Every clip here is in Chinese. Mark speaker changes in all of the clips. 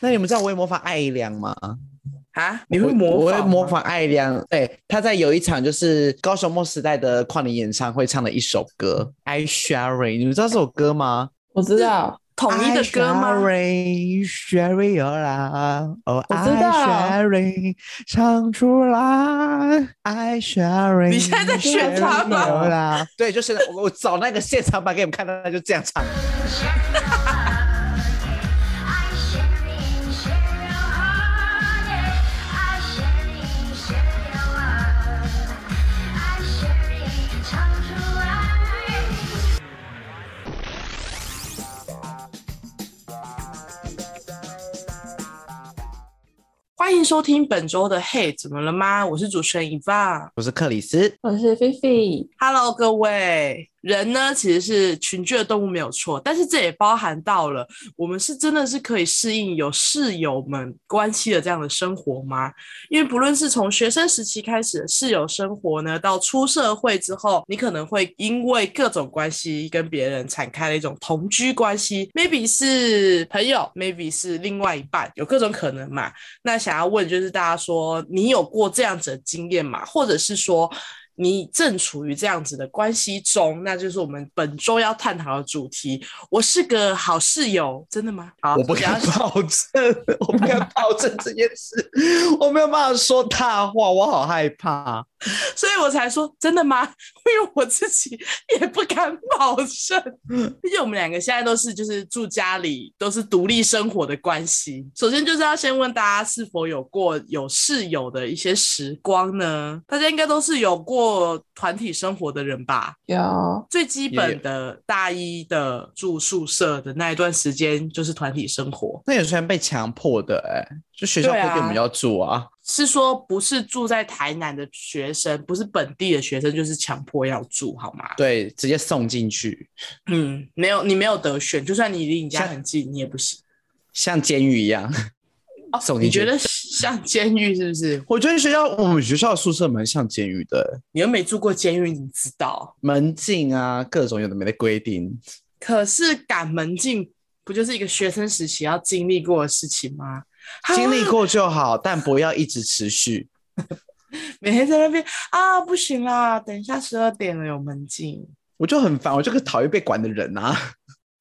Speaker 1: 那你们知道我会模仿艾良吗？
Speaker 2: 啊，你会模仿
Speaker 1: 我会模
Speaker 2: 吗
Speaker 1: 仿艾良，对，他在有一场就是高雄梦时代的跨年演唱会唱的一首歌《I Sherry》，你们知道这首歌吗？
Speaker 3: 我知道，
Speaker 2: 统一的歌吗？
Speaker 1: ？Sherry Sherry 有啦，哦，
Speaker 3: 我知道
Speaker 1: I Sherry 唱出来，I Sherry。
Speaker 2: 你现在在宣传吗
Speaker 1: 吗？对，就是我我找那个现场版给你们看，他就这样唱。
Speaker 2: 欢迎收听本周的《嘿，怎么了吗》？我是主持人伊万。
Speaker 1: 我是克里斯，
Speaker 3: 我是菲菲。
Speaker 2: Hello，各位人呢，其实是群居的动物没有错，但是这也包含到了我们是真的是可以适应有室友们关系的这样的生活吗？因为不论是从学生时期开始的室友生活呢，到出社会之后，你可能会因为各种关系跟别人展开了一种同居关系，maybe 是朋友，maybe 是另外一半，有各种可能嘛。那想要问就是大家说，你有过这样子的经验吗？或者是说，你正处于这样子的关系中？那就是我们本周要探讨的主题。我是个好室友，真的吗？好，
Speaker 1: 我不
Speaker 2: 要
Speaker 1: 敢保证，我不敢保证这件事， 我没有办法说大话，我好害怕。
Speaker 2: 所以我才说真的吗？ 因为我自己也不敢保证，毕竟我们两个现在都是就是住家里，都是独立生活的关系。首先就是要先问大家是否有过有室友的一些时光呢？大家应该都是有过团体生活的人吧？
Speaker 3: 有，
Speaker 2: 最基
Speaker 1: 也
Speaker 2: 本
Speaker 1: 有
Speaker 2: 的大一的住宿舍的那一段时间就是团体生活，
Speaker 1: 那有些人被强迫的、哎，就学校规
Speaker 2: 对啊
Speaker 1: 定我们要住啊，
Speaker 2: 是说不是住在台南的学生，不是本地的学生，就是强迫要住好吗？
Speaker 1: 对，直接送进去，
Speaker 2: 嗯，没有，你没有得选，就算你离你家
Speaker 1: 像
Speaker 2: 很近，你也不行。
Speaker 1: 像监狱一样。
Speaker 2: 哦
Speaker 1: 送
Speaker 2: 你
Speaker 1: 进去
Speaker 2: 觉得像监狱是不是？
Speaker 1: 我觉得学校我们学校的宿舍蛮像监狱的、
Speaker 2: 你又没住过监狱，你知道。
Speaker 1: 门禁啊，各种有的没的规定。
Speaker 2: 可是赶门禁不就是一个学生时期要经历过的事情吗？
Speaker 1: 经历
Speaker 2: 啊
Speaker 1: 过就好，但不要一直持续。
Speaker 2: 每天在那边啊，不行啦，等一下十二点了有门禁。
Speaker 1: 我就很烦，我这个讨厌被管的人啊。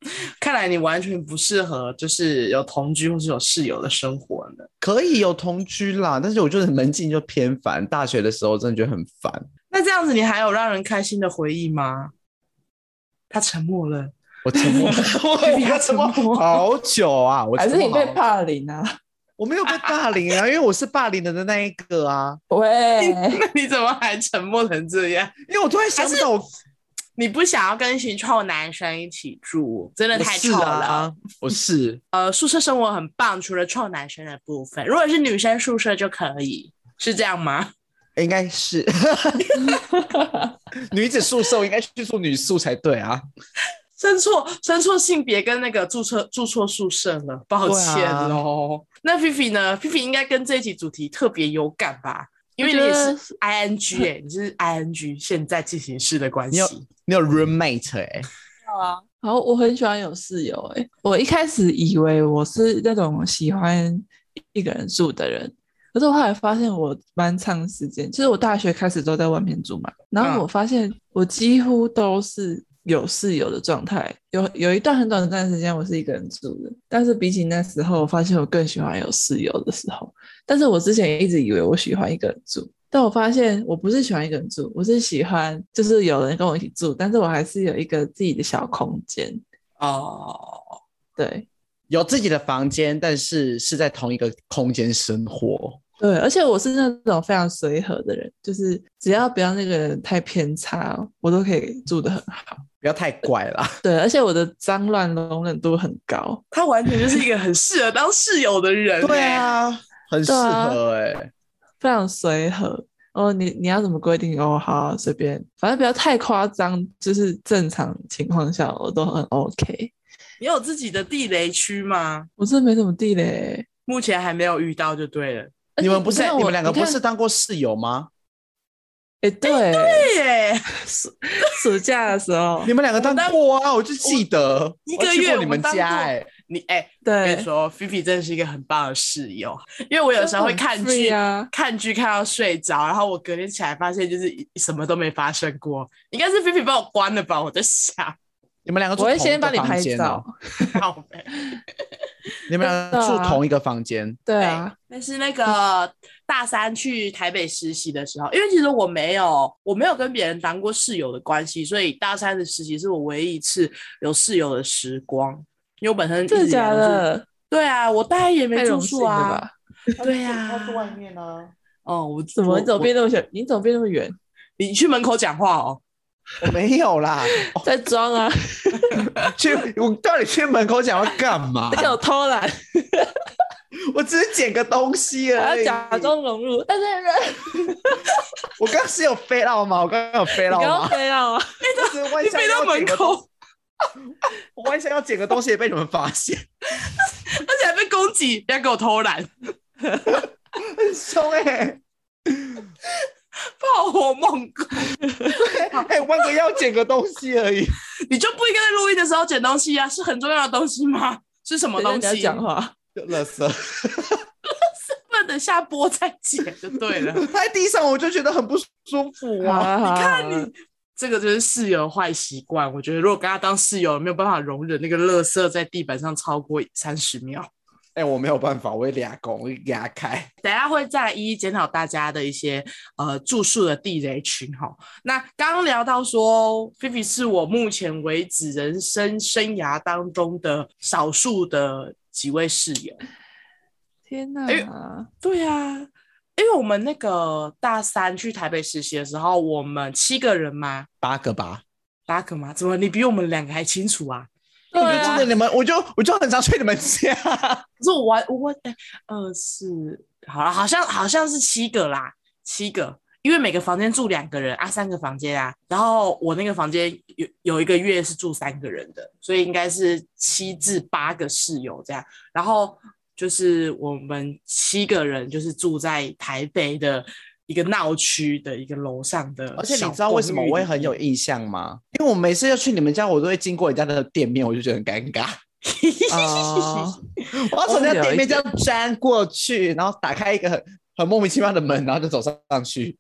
Speaker 2: 看来你完全不适合，就是有同居或是有室友的生活呢。
Speaker 1: 可以有同居啦，但是我就是门禁就偏烦。大学的时候真的觉得很烦，
Speaker 2: 那这样子，你还有让人开心的回忆吗？他沉默了。
Speaker 1: 我沉默，
Speaker 3: 你
Speaker 1: 我
Speaker 3: 要
Speaker 1: 我哦
Speaker 3: 沉
Speaker 1: 沉
Speaker 3: 默
Speaker 1: 默好久啊，我
Speaker 3: 还
Speaker 1: 沉
Speaker 3: 是
Speaker 1: 默
Speaker 3: 你被
Speaker 1: 好
Speaker 3: 霸凌啊？
Speaker 1: 我没有被霸凌啊，因为我是霸凌人的那一个啊。
Speaker 3: 喂，
Speaker 2: 那 你怎么还沉默成这样？
Speaker 1: 因为我突然想不到我，
Speaker 2: 你不想要跟一群臭男生一起住，真的
Speaker 1: 我
Speaker 2: 太
Speaker 1: 是
Speaker 2: 臭了。
Speaker 1: 啊，我是
Speaker 2: 呃，宿舍生活很棒，除了臭男生的部分，如果是女生宿舍就可以，是这样吗？
Speaker 1: 应该是女子宿舍，我应该去住女宿才对啊。
Speaker 2: 生错生错性别跟那个住错住错宿舍了，抱
Speaker 1: 啊
Speaker 2: 歉喽。那菲菲呢？菲菲应该跟这一集主题特别有感吧？因为你也
Speaker 3: 我觉
Speaker 2: 是
Speaker 3: 得
Speaker 2: ing 哎、你是 ing 现在进行式的关
Speaker 1: 你
Speaker 2: 系
Speaker 1: 有，你有 roommate 哎、
Speaker 3: 然后我很喜欢有室友、欸，我一开始以为我是那种喜欢一个人住的人，可是我后来发现我蛮长时间，就是我大学开始都在外面住嘛，然后
Speaker 2: 嗯
Speaker 3: 我发现我几乎都是有室友的状态，有有一段很短暂的时间我是一个人住的，但是比起那时候，我发现我更喜欢有室友的时候，但是我之前一直以为我喜欢一个人住。但我发现我不是喜欢一个人住，我是喜欢就是有人跟我一起住，但是我还是有一个自己的小空间。
Speaker 2: 哦。
Speaker 3: 对
Speaker 1: 有自己的房间，但是是在同一个空间生活。
Speaker 3: 对，而且我是那种非常随和的人，就是只要不要那个人太偏差，我都可以住得很好。
Speaker 1: 不要太怪啦，
Speaker 3: 对，而且我的脏乱容忍度很高。
Speaker 2: 他完全就是一个很适合当室友的人、
Speaker 1: 对，啊，很适
Speaker 3: 对啊
Speaker 1: 合哎、
Speaker 3: 非常随和。哦，你你要怎么规定？哦，好啊，随便，反正不要太夸张，就是正常情况下我都很 OK。
Speaker 2: 你有自己的地雷区吗？
Speaker 3: 我真的没怎么地欸嘞。
Speaker 2: 目前还没有遇到就对了。
Speaker 3: 而
Speaker 1: 你
Speaker 3: 且
Speaker 1: 们不是
Speaker 3: 知道
Speaker 1: 你
Speaker 3: 我
Speaker 1: 们两个不？
Speaker 3: 看
Speaker 1: 是当过室友吗？
Speaker 3: 哎、对，
Speaker 2: 对耶，
Speaker 3: 暑暑假的时候
Speaker 1: 你，们两个
Speaker 2: 我
Speaker 1: 当
Speaker 2: 们当
Speaker 1: 过啊，我就记得
Speaker 2: 一
Speaker 1: 我
Speaker 2: 个
Speaker 1: 去
Speaker 2: 月
Speaker 1: 过你们
Speaker 2: 我们当
Speaker 1: 家
Speaker 2: 过
Speaker 1: 哎、
Speaker 2: 你哎，我跟你
Speaker 3: 对，
Speaker 2: 说菲菲真的是一个很棒的室友，因为我有时候会看
Speaker 3: 很
Speaker 2: 剧
Speaker 3: free 啊，
Speaker 2: 看剧看到睡着，然后我隔天起来发现就是什么都没发生过，应该是菲菲把我关了吧？我在想，
Speaker 1: 你们两个住
Speaker 3: 我会
Speaker 1: 同一
Speaker 3: 先
Speaker 1: 个
Speaker 3: 帮你
Speaker 1: 房
Speaker 3: 拍
Speaker 1: 间
Speaker 3: 照
Speaker 1: 哦，，
Speaker 2: 靠北
Speaker 1: 你们两个
Speaker 3: 真的
Speaker 1: 住
Speaker 3: 啊
Speaker 1: 同一个房间，
Speaker 3: 对
Speaker 2: 对
Speaker 3: 啊，，
Speaker 2: 但是 那个大三去台北实习的时候，因为其实我没有我没有跟别人当过室友的关系，所以大三的实习是我唯一一次有室友的时光。因为我本身一直
Speaker 3: 真的
Speaker 2: 以来
Speaker 3: 假
Speaker 2: 都是？
Speaker 3: 的？
Speaker 2: 对啊，我大一也没
Speaker 3: 太
Speaker 2: 住
Speaker 3: 荣幸
Speaker 2: 宿
Speaker 3: 了
Speaker 2: 啊。
Speaker 3: 吧？
Speaker 2: 对呀、
Speaker 1: 他住外面啊。
Speaker 2: 哦，我
Speaker 3: 怎么
Speaker 2: 我
Speaker 3: 你怎么
Speaker 2: 我
Speaker 3: 变那么远？你怎么变那么远？
Speaker 2: 你去门口讲话哦。
Speaker 1: 我没有啦，
Speaker 3: 在装 啊，
Speaker 1: 去我到底去门口讲要干 嘛？
Speaker 3: 你有偷懒，
Speaker 1: 我只是捡个东西
Speaker 3: 还
Speaker 1: 而
Speaker 3: 要
Speaker 1: 已。
Speaker 3: 假装融入，但是你
Speaker 1: 我刚刚是有飞到吗？我刚刚有飞到
Speaker 3: 刚
Speaker 1: 吗
Speaker 3: 刚？这样啊，
Speaker 1: 我只是弯
Speaker 2: 你
Speaker 1: 下
Speaker 2: 飞
Speaker 1: 要
Speaker 2: 到
Speaker 1: 捡
Speaker 2: 门
Speaker 1: 个东，
Speaker 2: 口，
Speaker 1: 我弯下要捡个东西也被你们发现，
Speaker 2: 而且还被攻击，不要给我偷懒，
Speaker 1: 很凶哎、 欸！
Speaker 2: 炮火猛攻。
Speaker 1: 哎、弯个腰捡个东西而已。
Speaker 2: 你就不应该在录音的时候捡东西啊，是很重要的东西吗？是什么东
Speaker 3: 等一下你
Speaker 2: 西？
Speaker 3: 要讲话，
Speaker 1: 就垃圾
Speaker 2: 不能等下播再捡就对了。
Speaker 1: 它在地上，我就觉得很不 舒服
Speaker 3: 好
Speaker 1: 啊。
Speaker 3: 啊，好啊
Speaker 2: 你看
Speaker 3: 好啊
Speaker 2: 你这个就是室友的坏习惯，我觉得如果跟他当室友，没有办法容忍那个垃圾在地板上超过三十秒。
Speaker 1: 哎、我没有办法，我会俩拱，我会给它开。
Speaker 2: 等一下会再一一检讨大家的一些呃住宿的地雷群哈。那刚刚聊到说菲菲是我目前为止人生生涯当中的少数的几位室友。
Speaker 3: 天哪
Speaker 2: 哎！对啊，因为我们那个大三去台北实习的时候，我们七个人嘛，
Speaker 1: 八个吧，
Speaker 2: 八个嘛，怎么你比我们两个还清楚啊？
Speaker 3: 对
Speaker 1: 我就
Speaker 3: 啊
Speaker 1: 真的，你们，我就我就很常去你们家。
Speaker 2: 可是我玩我哎，二四好了，好像好像是七个啦，七个，因为每个房间住两个人啊，三个房间啊，然后我那个房间有有一个月是住三个人的，所以应该是七至八个室友这样，然后就是我们七个人就是住在台北的。一个闹区的一个楼上的，
Speaker 1: 而且你知道为什么我 会很有印象吗？因为我每次要去你们家，我都会经过人家的店面，我就觉得很尴尬。呃
Speaker 3: 哦，
Speaker 1: 我要从人家店面这样粘过去，然后打开一个很很莫名其妙的门，然后就走上上去。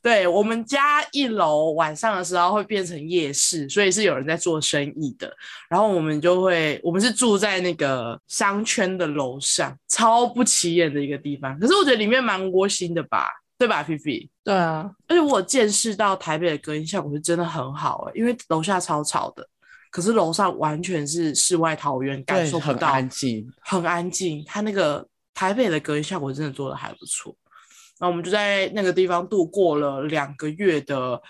Speaker 2: 对我们家一楼晚上的时候会变成夜市，所以是有人在做生意的。然后我们就会，我们是住在那个商圈的楼上，超不起眼的一个地方。可是我觉得里面蛮窝心的吧，对吧，皮皮？
Speaker 3: 对啊，
Speaker 2: 而且我有见识到台北的隔音效果是真的很好、欸，因为楼下超吵的，可是楼上完全是世外桃源，感受不
Speaker 1: 很
Speaker 2: 到
Speaker 1: 安静。
Speaker 2: 很安静，它那个台北的隔音效果真的做的还不错。然后我们就在那个地方度过了两个月的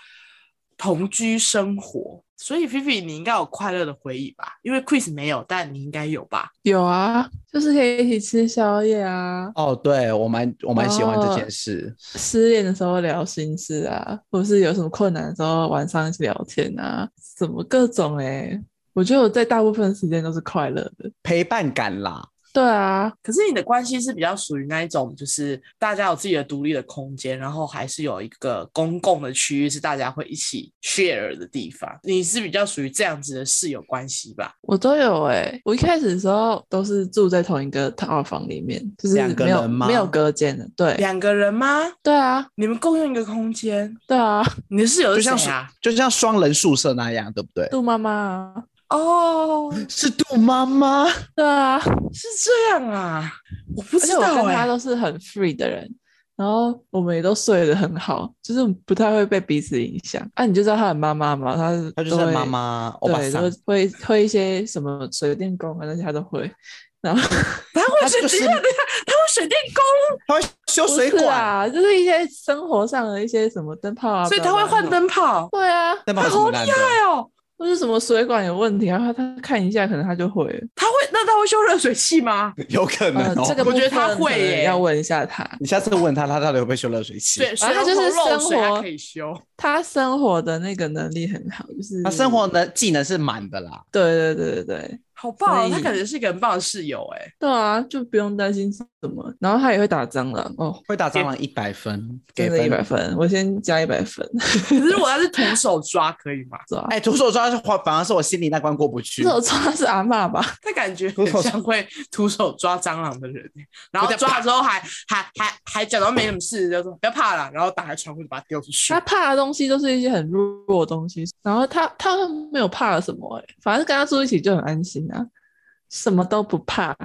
Speaker 2: 同居生活，所以菲菲你应该有快乐的回忆吧？因为 Chris 没有，但你应该有吧？
Speaker 3: 有啊，就是可以一起吃宵夜啊，
Speaker 1: 哦，对我蛮我蛮喜欢这件事。
Speaker 3: 失恋的时候聊心事啊，或是有什么困难的时候晚上一起聊天啊，什么各种哎、我觉得我在大部分时间都是快乐的。
Speaker 1: 陪伴感啦。
Speaker 3: 对啊，
Speaker 2: 可是你的关系是比较属于那一种，就是大家有自己的独立的空间，然后还是有一个公共的区域是大家会一起 share 的地方。你是比较属于这样子的室友关系吧？
Speaker 3: 我都有哎、我一开始的时候都是住在同一个套房里面，就是
Speaker 1: 两个
Speaker 3: 没有
Speaker 1: 人吗
Speaker 3: 没有隔间的。对，
Speaker 2: 两个人吗？
Speaker 3: 对啊，
Speaker 2: 你们共用一个空间？
Speaker 3: 对啊，
Speaker 2: 你的室友
Speaker 1: 就是像
Speaker 2: 谁啊？
Speaker 1: 就像双人宿舍那样，对不对？
Speaker 3: 杜妈妈啊，
Speaker 2: 哦，
Speaker 1: 是杜妈妈，
Speaker 3: 对啊，
Speaker 2: 是这样啊，我不
Speaker 3: 而
Speaker 1: 欸
Speaker 2: 知
Speaker 3: 且我
Speaker 2: 道
Speaker 3: 跟
Speaker 2: 哎、
Speaker 3: 他都是很 free 的人，然后我们也都睡得很好，就是不太会被彼此影响。啊，你就知道他的妈妈嘛，他
Speaker 1: 她就
Speaker 3: 都
Speaker 1: 是
Speaker 3: 会
Speaker 1: 妈，妈欧巴
Speaker 3: 对，
Speaker 1: 桑
Speaker 3: 都，会会一些什么水电工啊那些他都会。然后
Speaker 2: 他
Speaker 1: 他
Speaker 2: 会水，
Speaker 1: 就
Speaker 2: 等
Speaker 1: 是
Speaker 2: 一下，等一下，他会水电工，
Speaker 1: 她会修
Speaker 3: 不
Speaker 1: 水
Speaker 3: 是
Speaker 1: 管，
Speaker 3: 啊，就是一些生活上的一些什么灯泡啊，
Speaker 2: 所以
Speaker 3: 巴
Speaker 2: 他
Speaker 3: 拉巴
Speaker 2: 会
Speaker 3: 拉
Speaker 2: 换
Speaker 3: 那种。
Speaker 2: 灯泡。
Speaker 3: 对啊，
Speaker 1: 那么
Speaker 2: 他好
Speaker 1: 很
Speaker 2: 厉
Speaker 1: 难的。
Speaker 2: 害哦，
Speaker 3: 或是什么水管有问题，然后他看一下，可能他就会了。
Speaker 2: 他会，那他会修热水器吗？
Speaker 1: 有可能
Speaker 3: 呃，
Speaker 1: 哦。
Speaker 3: 这个
Speaker 2: 我觉得
Speaker 3: 部
Speaker 2: 他
Speaker 3: 分
Speaker 2: 会
Speaker 3: 可能
Speaker 2: 耶
Speaker 3: 要问一下他。
Speaker 1: 你下次问他，他到底会不会修热水器？
Speaker 2: 对，水
Speaker 3: 他就是
Speaker 2: 龙头漏水
Speaker 3: 生活
Speaker 2: 他可以修。
Speaker 3: 他生活的那个能力很好，就是
Speaker 1: 啊他生活的技能是满的啦。
Speaker 3: 对对对对对，
Speaker 2: 好棒、
Speaker 1: 所
Speaker 2: 哦，
Speaker 1: 以
Speaker 2: 他感觉是一个很棒的室友哎、
Speaker 3: 对啊，就不用担心什么。然后他也会打蟑螂哦，
Speaker 1: 会打蟑螂一百分，给
Speaker 3: 真的
Speaker 1: 分
Speaker 3: 一百。分，我先加一百分，
Speaker 2: 可是如果他是徒手抓可以吗？
Speaker 3: 是吧？
Speaker 1: 哎，徒手抓是反而是我心里那关过不去
Speaker 3: 这。种抓是阿嬷吧？
Speaker 2: 他感觉很像会徒手抓蟑螂的人，欸然后抓了之后还还还还假装没什么事，就说不要怕啦，然后打开窗户就把它丢出去
Speaker 3: 他。怕的东西都是一些很弱的东西，然后他他没有怕了什么、欸，反正跟他住一起就很安心啊，什么都不怕。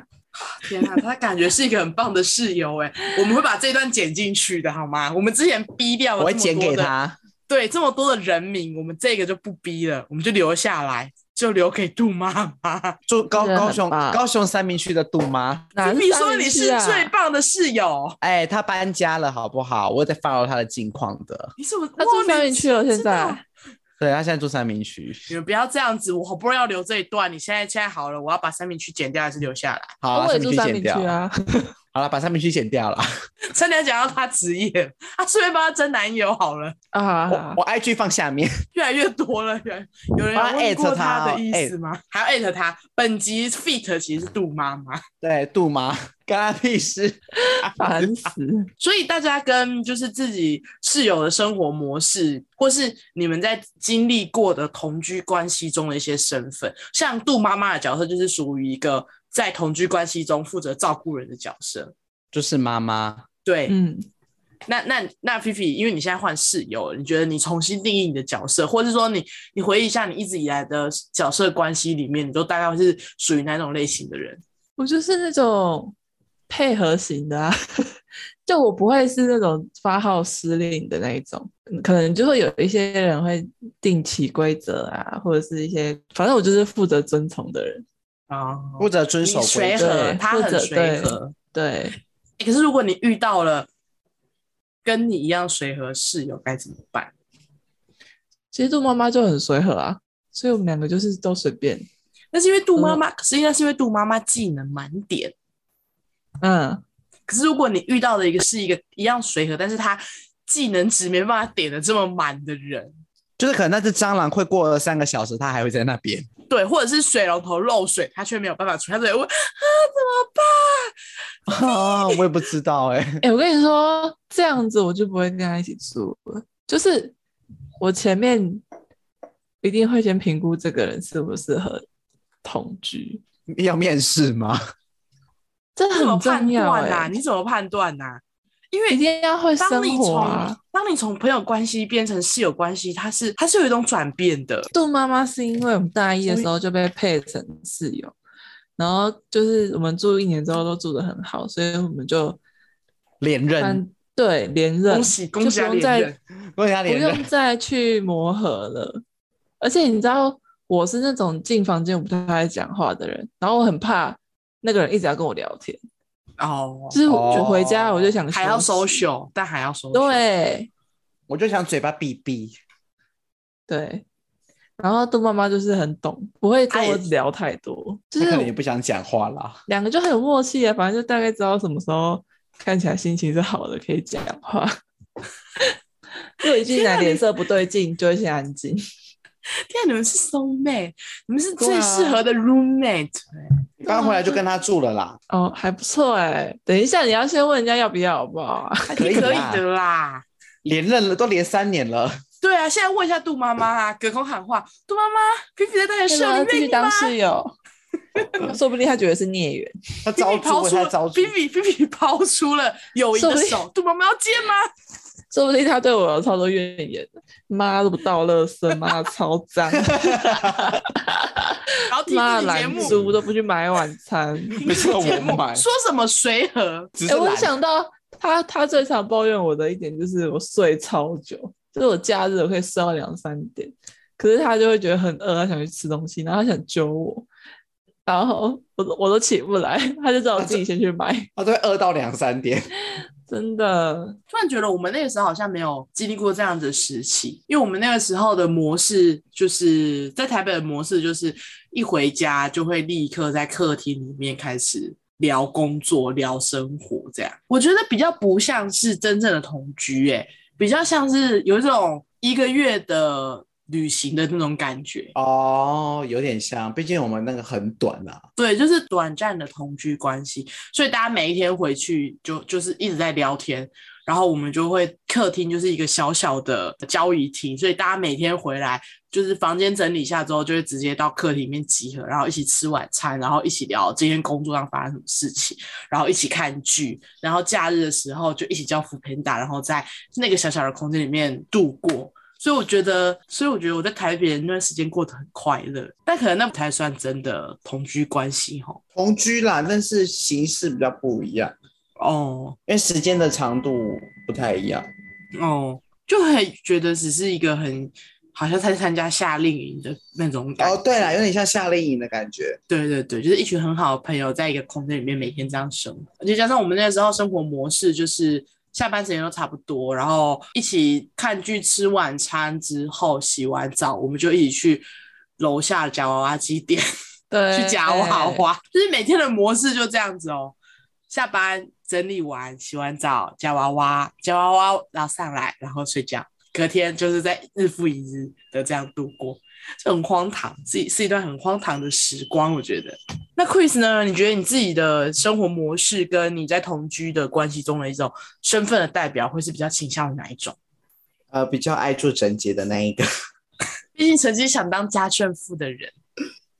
Speaker 2: 天哪，他感觉是一个很棒的室友哎，我们会把这段剪进去的好吗？我们之前逼掉了
Speaker 1: 我会
Speaker 2: 这么
Speaker 1: 剪
Speaker 2: 多
Speaker 1: 给
Speaker 2: 的，
Speaker 1: 他，
Speaker 2: 对这么多的人名，我们这个就不逼了，我们就留下来，就留给杜妈妈。
Speaker 1: 就高
Speaker 3: 这个人
Speaker 1: 高
Speaker 3: 很
Speaker 1: 雄
Speaker 3: 棒
Speaker 1: 高雄三明区的杜妈，
Speaker 3: 哪
Speaker 2: 你说你是
Speaker 3: 三明治啊
Speaker 2: 最棒的室友，
Speaker 1: 哎，她搬家了好不好？我有在 follow 她的近况的。
Speaker 2: 你怎么
Speaker 3: 他住
Speaker 2: 哇
Speaker 3: 三
Speaker 2: 你
Speaker 3: 明区了，现
Speaker 2: 知道
Speaker 3: 在
Speaker 1: 对，她现在住三明区。
Speaker 2: 你们不要这样子，我好不容易要留这一段，你现在现在好了，我要把三明区剪掉还是留下来？
Speaker 1: 好啊，
Speaker 3: 我也住
Speaker 1: 三
Speaker 3: 三
Speaker 1: 明
Speaker 3: 明
Speaker 1: 区
Speaker 3: 区
Speaker 1: 剪掉。
Speaker 3: 啊，
Speaker 1: 好了，把三明区剪掉了。
Speaker 2: 差点讲到他职业，啊，顺便帮他争男友好了，
Speaker 3: 啊好好
Speaker 1: 我
Speaker 3: 好
Speaker 1: 我 IG 放下面。
Speaker 2: 越来越多了，原来有人
Speaker 1: 我要
Speaker 2: 有问
Speaker 1: at
Speaker 2: 过
Speaker 1: 他
Speaker 2: 的
Speaker 1: 哦
Speaker 2: 意思吗？还要艾特他。本集 fit 其实是杜妈妈，
Speaker 1: 对，杜妈，干他屁事。
Speaker 3: 烦死！
Speaker 2: 所以大家跟就是自己室友的生活模式，或是你们在经历过的同居关系中的一些身份，像杜妈妈的角色就是属于一个在同居关系中负责照顾人的角色。
Speaker 1: 就是妈妈，
Speaker 2: 对，
Speaker 3: 嗯，
Speaker 2: 那那那菲菲，因为你现在换室友了，你觉得你重新定义你的角色，或是说你你回忆一下你一直以来的角色关系里面，你都大概是属于哪种类型的人？
Speaker 3: 我就是那种配合型的啊， 就我不会是那种发号施令的那一种，嗯可能就会有一些人会定起规则啊，或者是一些，反正我就是负责遵从的人。
Speaker 2: 啊，
Speaker 1: 负责遵
Speaker 2: 你
Speaker 1: 守规
Speaker 2: 随
Speaker 1: 则。
Speaker 2: 和
Speaker 3: 对，
Speaker 2: 他
Speaker 3: 或者
Speaker 2: 很随
Speaker 3: 对
Speaker 2: 和、
Speaker 3: 对，
Speaker 2: 欸可是如果你遇到了跟你一样随和室友，该怎么办？
Speaker 3: 其实杜妈妈就很随和啊，所以我们两个就是都随便。
Speaker 2: 那是因为杜妈妈，可是应该是因为杜妈妈技能满点。
Speaker 3: 嗯，
Speaker 2: 可是如果你遇到的一个是一个一样随和，但是他技能值没办法点的这么满的人，
Speaker 1: 就是可能那只蟑螂会过了三个小时，它还会在那边。
Speaker 2: 对，或者是水龙头漏水，他却没有办法出，他只会问啊怎
Speaker 1: 啊，我也不知道哎、
Speaker 3: 哎、我跟你说，这样子我就不会跟他一起住了。就是我前面一定会先评估这个人适不适合同居，
Speaker 1: 要面试吗？
Speaker 3: 这
Speaker 2: 么办？
Speaker 3: 很
Speaker 2: 你怎么判
Speaker 3: 重要
Speaker 2: 断
Speaker 3: 哎、
Speaker 2: 呐、你怎么判断呐、因
Speaker 3: 一
Speaker 2: 为
Speaker 3: 定要会
Speaker 2: 当
Speaker 3: 生
Speaker 2: 你
Speaker 3: 活
Speaker 2: 从、
Speaker 3: 啊。
Speaker 2: 当你从朋友关系变成室友关系，它是它是有一种转变的。
Speaker 3: 杜妈妈是因为我们大一的时候就被配成室友，然后就是我们住一年之后都住得很好，所以我们就
Speaker 1: 连任，
Speaker 3: 搬对连任
Speaker 2: 恭，喜恭
Speaker 3: 就
Speaker 2: 喜
Speaker 3: 不
Speaker 2: 啊！
Speaker 3: 用
Speaker 2: 连
Speaker 3: 再
Speaker 2: 任
Speaker 1: 问他
Speaker 3: 不
Speaker 1: 连
Speaker 3: 用
Speaker 1: 任，
Speaker 3: 再去磨合了。而且你知道，我是那种进房间我不太爱讲话的人，然后我很怕那个人一直要跟我聊天，
Speaker 2: 哦，
Speaker 3: 就是我
Speaker 1: 哦
Speaker 3: 回家我就想
Speaker 2: 还要
Speaker 3: 收拾
Speaker 2: social，但还要 social。，
Speaker 3: 对
Speaker 1: 我就想嘴巴闭闭。
Speaker 3: 对。然后杜妈妈就是很懂，不会跟
Speaker 2: 她
Speaker 3: 我
Speaker 2: 也
Speaker 3: 聊太多，就
Speaker 1: 他哎可能也
Speaker 3: 是
Speaker 1: 不想讲话啦。
Speaker 3: 两个就很有默契啊，反正就大概知道什么时候看起来心情是好的，可以讲话。 如果一进来脸色不对劲，就会先安静。
Speaker 2: 天啊，你们是 soul mate，你们是
Speaker 1: 对
Speaker 2: 最
Speaker 1: 啊
Speaker 2: 适合的 roommate。
Speaker 1: 刚回来就跟他住了啦，
Speaker 3: 哦，还不错哎、等一下，你要先问人家要不要，好不好啊？
Speaker 1: 可以
Speaker 2: 可以
Speaker 1: 啦
Speaker 2: 的啦。
Speaker 1: 连任了，都连三年了。
Speaker 2: 对啊，现在问一下杜妈妈啊，隔空喊话，杜妈妈，皮皮在大学
Speaker 3: 要
Speaker 2: 室
Speaker 3: 不
Speaker 2: 友
Speaker 3: 要
Speaker 2: 里
Speaker 3: 继
Speaker 2: 面
Speaker 3: 续
Speaker 2: 你
Speaker 3: 当
Speaker 2: 吗？
Speaker 3: 室友，说不定他觉得是孽缘。
Speaker 1: 他
Speaker 2: 皮
Speaker 1: 招
Speaker 2: 皮
Speaker 1: 租
Speaker 2: 抛
Speaker 1: 了，
Speaker 2: 出
Speaker 1: 他
Speaker 2: 了
Speaker 1: 招租
Speaker 2: 皮。皮皮皮抛出了友谊
Speaker 3: 说
Speaker 2: 的
Speaker 3: 不定
Speaker 2: 手，杜妈妈要接吗？
Speaker 3: 说不定他对我有超多怨言，妈都不倒垃圾，妈超脏，
Speaker 2: 然后听
Speaker 3: 妈
Speaker 2: 自己节
Speaker 3: 懒
Speaker 2: 目，
Speaker 3: 猪都不去买晚餐。
Speaker 2: 听
Speaker 1: 没
Speaker 2: 自己
Speaker 1: 错
Speaker 2: 节
Speaker 1: 我
Speaker 2: 目
Speaker 1: 买
Speaker 2: 说什么随和，
Speaker 1: 只
Speaker 3: 哎、
Speaker 1: 是
Speaker 3: 我
Speaker 1: 懒
Speaker 3: 想到他，他最常抱怨我的一点就是我睡超久，就是我假日我可以睡到两三点，可是他就会觉得很饿，他想去吃东西，然后他想揪我，然后我都我都起不来，他就叫我自己先去买，
Speaker 1: 他都会饿到两三点。
Speaker 3: 真的。
Speaker 2: 突然觉得我们那个时候好像没有经历过这样子的时期，因为我们那个时候的模式就是在台北的模式，就是一回家就会立刻在客厅里面开始聊工作、聊生活这样。我觉得比较不哎像是真正的同居、欸，比较像是有一种一个月的旅行的那种感觉。
Speaker 1: 哦，有点像，毕竟我们那个很短啊。
Speaker 2: 对，就是短暂的同居关系，所以大家每一天回去就就是一直在聊天，然后我们就会客厅就是一个小小的交易厅，所以大家每天回来就是房间整理一下之后，就会直接到客厅里面集合，然后一起吃晚餐，然后一起聊今天工作上发生什么事情，然后一起看剧，然后假日的时候就一起叫扶贫打，然后在那个小小的空间里面度过。所以我觉得，所以我觉得我在台北那段时间过得很快乐，但可能那不太算真的同居关系吼。
Speaker 1: 同居啦，但是形式比较不一样，
Speaker 2: 哦
Speaker 1: 因为时间的长度不太一样。
Speaker 2: 哦，就很觉得只是一个很好像在参加夏令营的那种感觉。
Speaker 1: 哦，对了，有点像夏令营的感觉。
Speaker 2: 对对对，就是一群很好的朋友在一个空间里面每天这样生活，而且加上我们那时候生活模式就是下班时间都差不多，然后一起看剧、吃晚餐之后洗完澡，我们就一起去楼下夹娃娃机店。
Speaker 3: 对，
Speaker 2: 去夹娃
Speaker 1: 哎
Speaker 2: 娃，就是每天的模式就这样子哦。下班整理完，洗完澡，夹娃娃，夹娃娃，然后上来，然后睡觉。隔天就是在日复一日的这样度过，就很荒唐，自己是一段很荒唐的时光，我觉得。那 Chris 呢？你觉得你自己的生活模式跟你在同居的关系中的一种身份的代表，会是比较倾向于哪一种？
Speaker 1: 呃，比较爱做整洁的那一个，
Speaker 2: 毕竟曾经想当家政妇的人，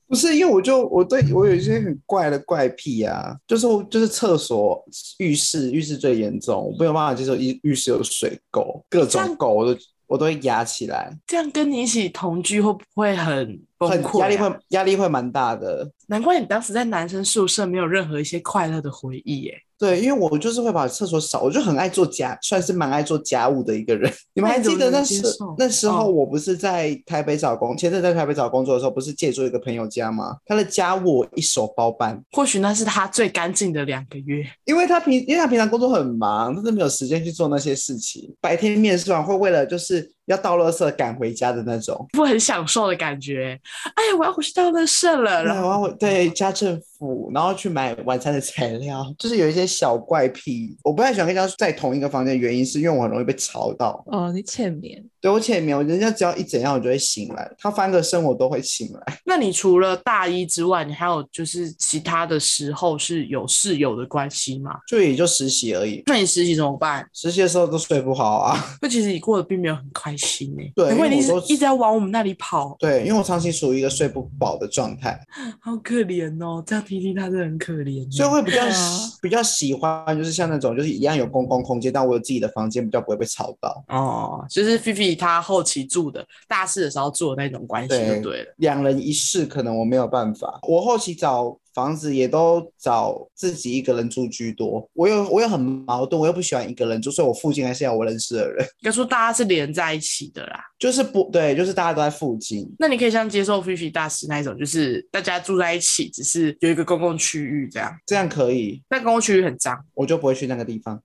Speaker 1: 不是因为我就我对我有一些很怪的怪癖啊，就是我就是厕所、浴室，浴室最严重，我没有办法接受浴浴室有水垢，各
Speaker 2: 这样
Speaker 1: 种垢我都我都会压起来，
Speaker 2: 这样跟你一起同居会不会很崩
Speaker 1: 很
Speaker 2: 溃、啊？
Speaker 1: 压力会压力会蛮大的。
Speaker 2: 难怪你当时在男生宿舍没有任何一些快乐的回忆耶。
Speaker 1: 对，因为我就是会把厕所扫，我就很爱做家，算是蛮爱做家务的一个人。 你们
Speaker 2: 那
Speaker 1: 还
Speaker 2: 你怎
Speaker 1: 记
Speaker 2: 么
Speaker 1: 得
Speaker 2: 能
Speaker 1: 那
Speaker 2: 接
Speaker 1: 时
Speaker 2: 受
Speaker 1: 那时
Speaker 2: 哦
Speaker 1: 候我不是在台北找工，前阵在台北找工作的时候，不是借住一个朋友家吗？他的家务我一手包办，
Speaker 2: 或许那是他最干净的两个月。
Speaker 1: 因为他平因为他平常工作很忙，真的没有时间去做那些事情。白天面试完会为了就是要倒垃圾赶回家的那种。
Speaker 2: 不很享受的感觉，哎呀，我要回去倒垃圾了。然
Speaker 1: 然
Speaker 2: 后
Speaker 1: 后我对家政妇，然后去买晚餐的材料，就是有一些小怪癖。我不太喜欢跟人家在同一个房间，原因是因为我很容易被吵到。
Speaker 3: 哦，你浅眠。
Speaker 1: 对我浅眠，我人家只要一怎样，我就会醒来。他翻个身，我都会醒来。
Speaker 2: 那你除了大一之外，你还有就是其他的时候是有室友的关系吗？
Speaker 1: 就也就实习而已，
Speaker 2: 那你实习怎么办？
Speaker 1: 实习的时候都睡不好啊。
Speaker 2: 那其实你过得并没有很开心呢、
Speaker 1: 对
Speaker 2: 难怪你
Speaker 1: 因为我
Speaker 2: 一
Speaker 1: 都
Speaker 2: 直在往我们那里跑，
Speaker 1: 对，因为我长期处于一个睡不饱的状态，
Speaker 2: 好可怜哦。这样听听他真的很可怜、哦
Speaker 1: 所以会比较
Speaker 3: 对啊
Speaker 1: 喜比较喜欢，就是像那种就是一样有公共空间，但我有自己的房间，比较不会被吵到。
Speaker 2: 哦，就是 Fifi 她后期住的大四的时候住的那种关系就
Speaker 1: 对
Speaker 2: 对了。
Speaker 1: 两人一室可能我没有办法，我后期找房子也都找自己一个人住居多。我又我又很矛盾，我又不喜欢一个人住，所以我附近还是要我认识的人，
Speaker 2: 应该说大家是连在一起的啦。
Speaker 1: 就是不对，就是大家都在附近。
Speaker 2: 那你可以像接受 Fifi 大师那一种，就是大家住在一起，只是有一个公共区域这样。
Speaker 1: 这样可以，
Speaker 2: 但公共区域很脏，
Speaker 1: 我就不会去那个地方。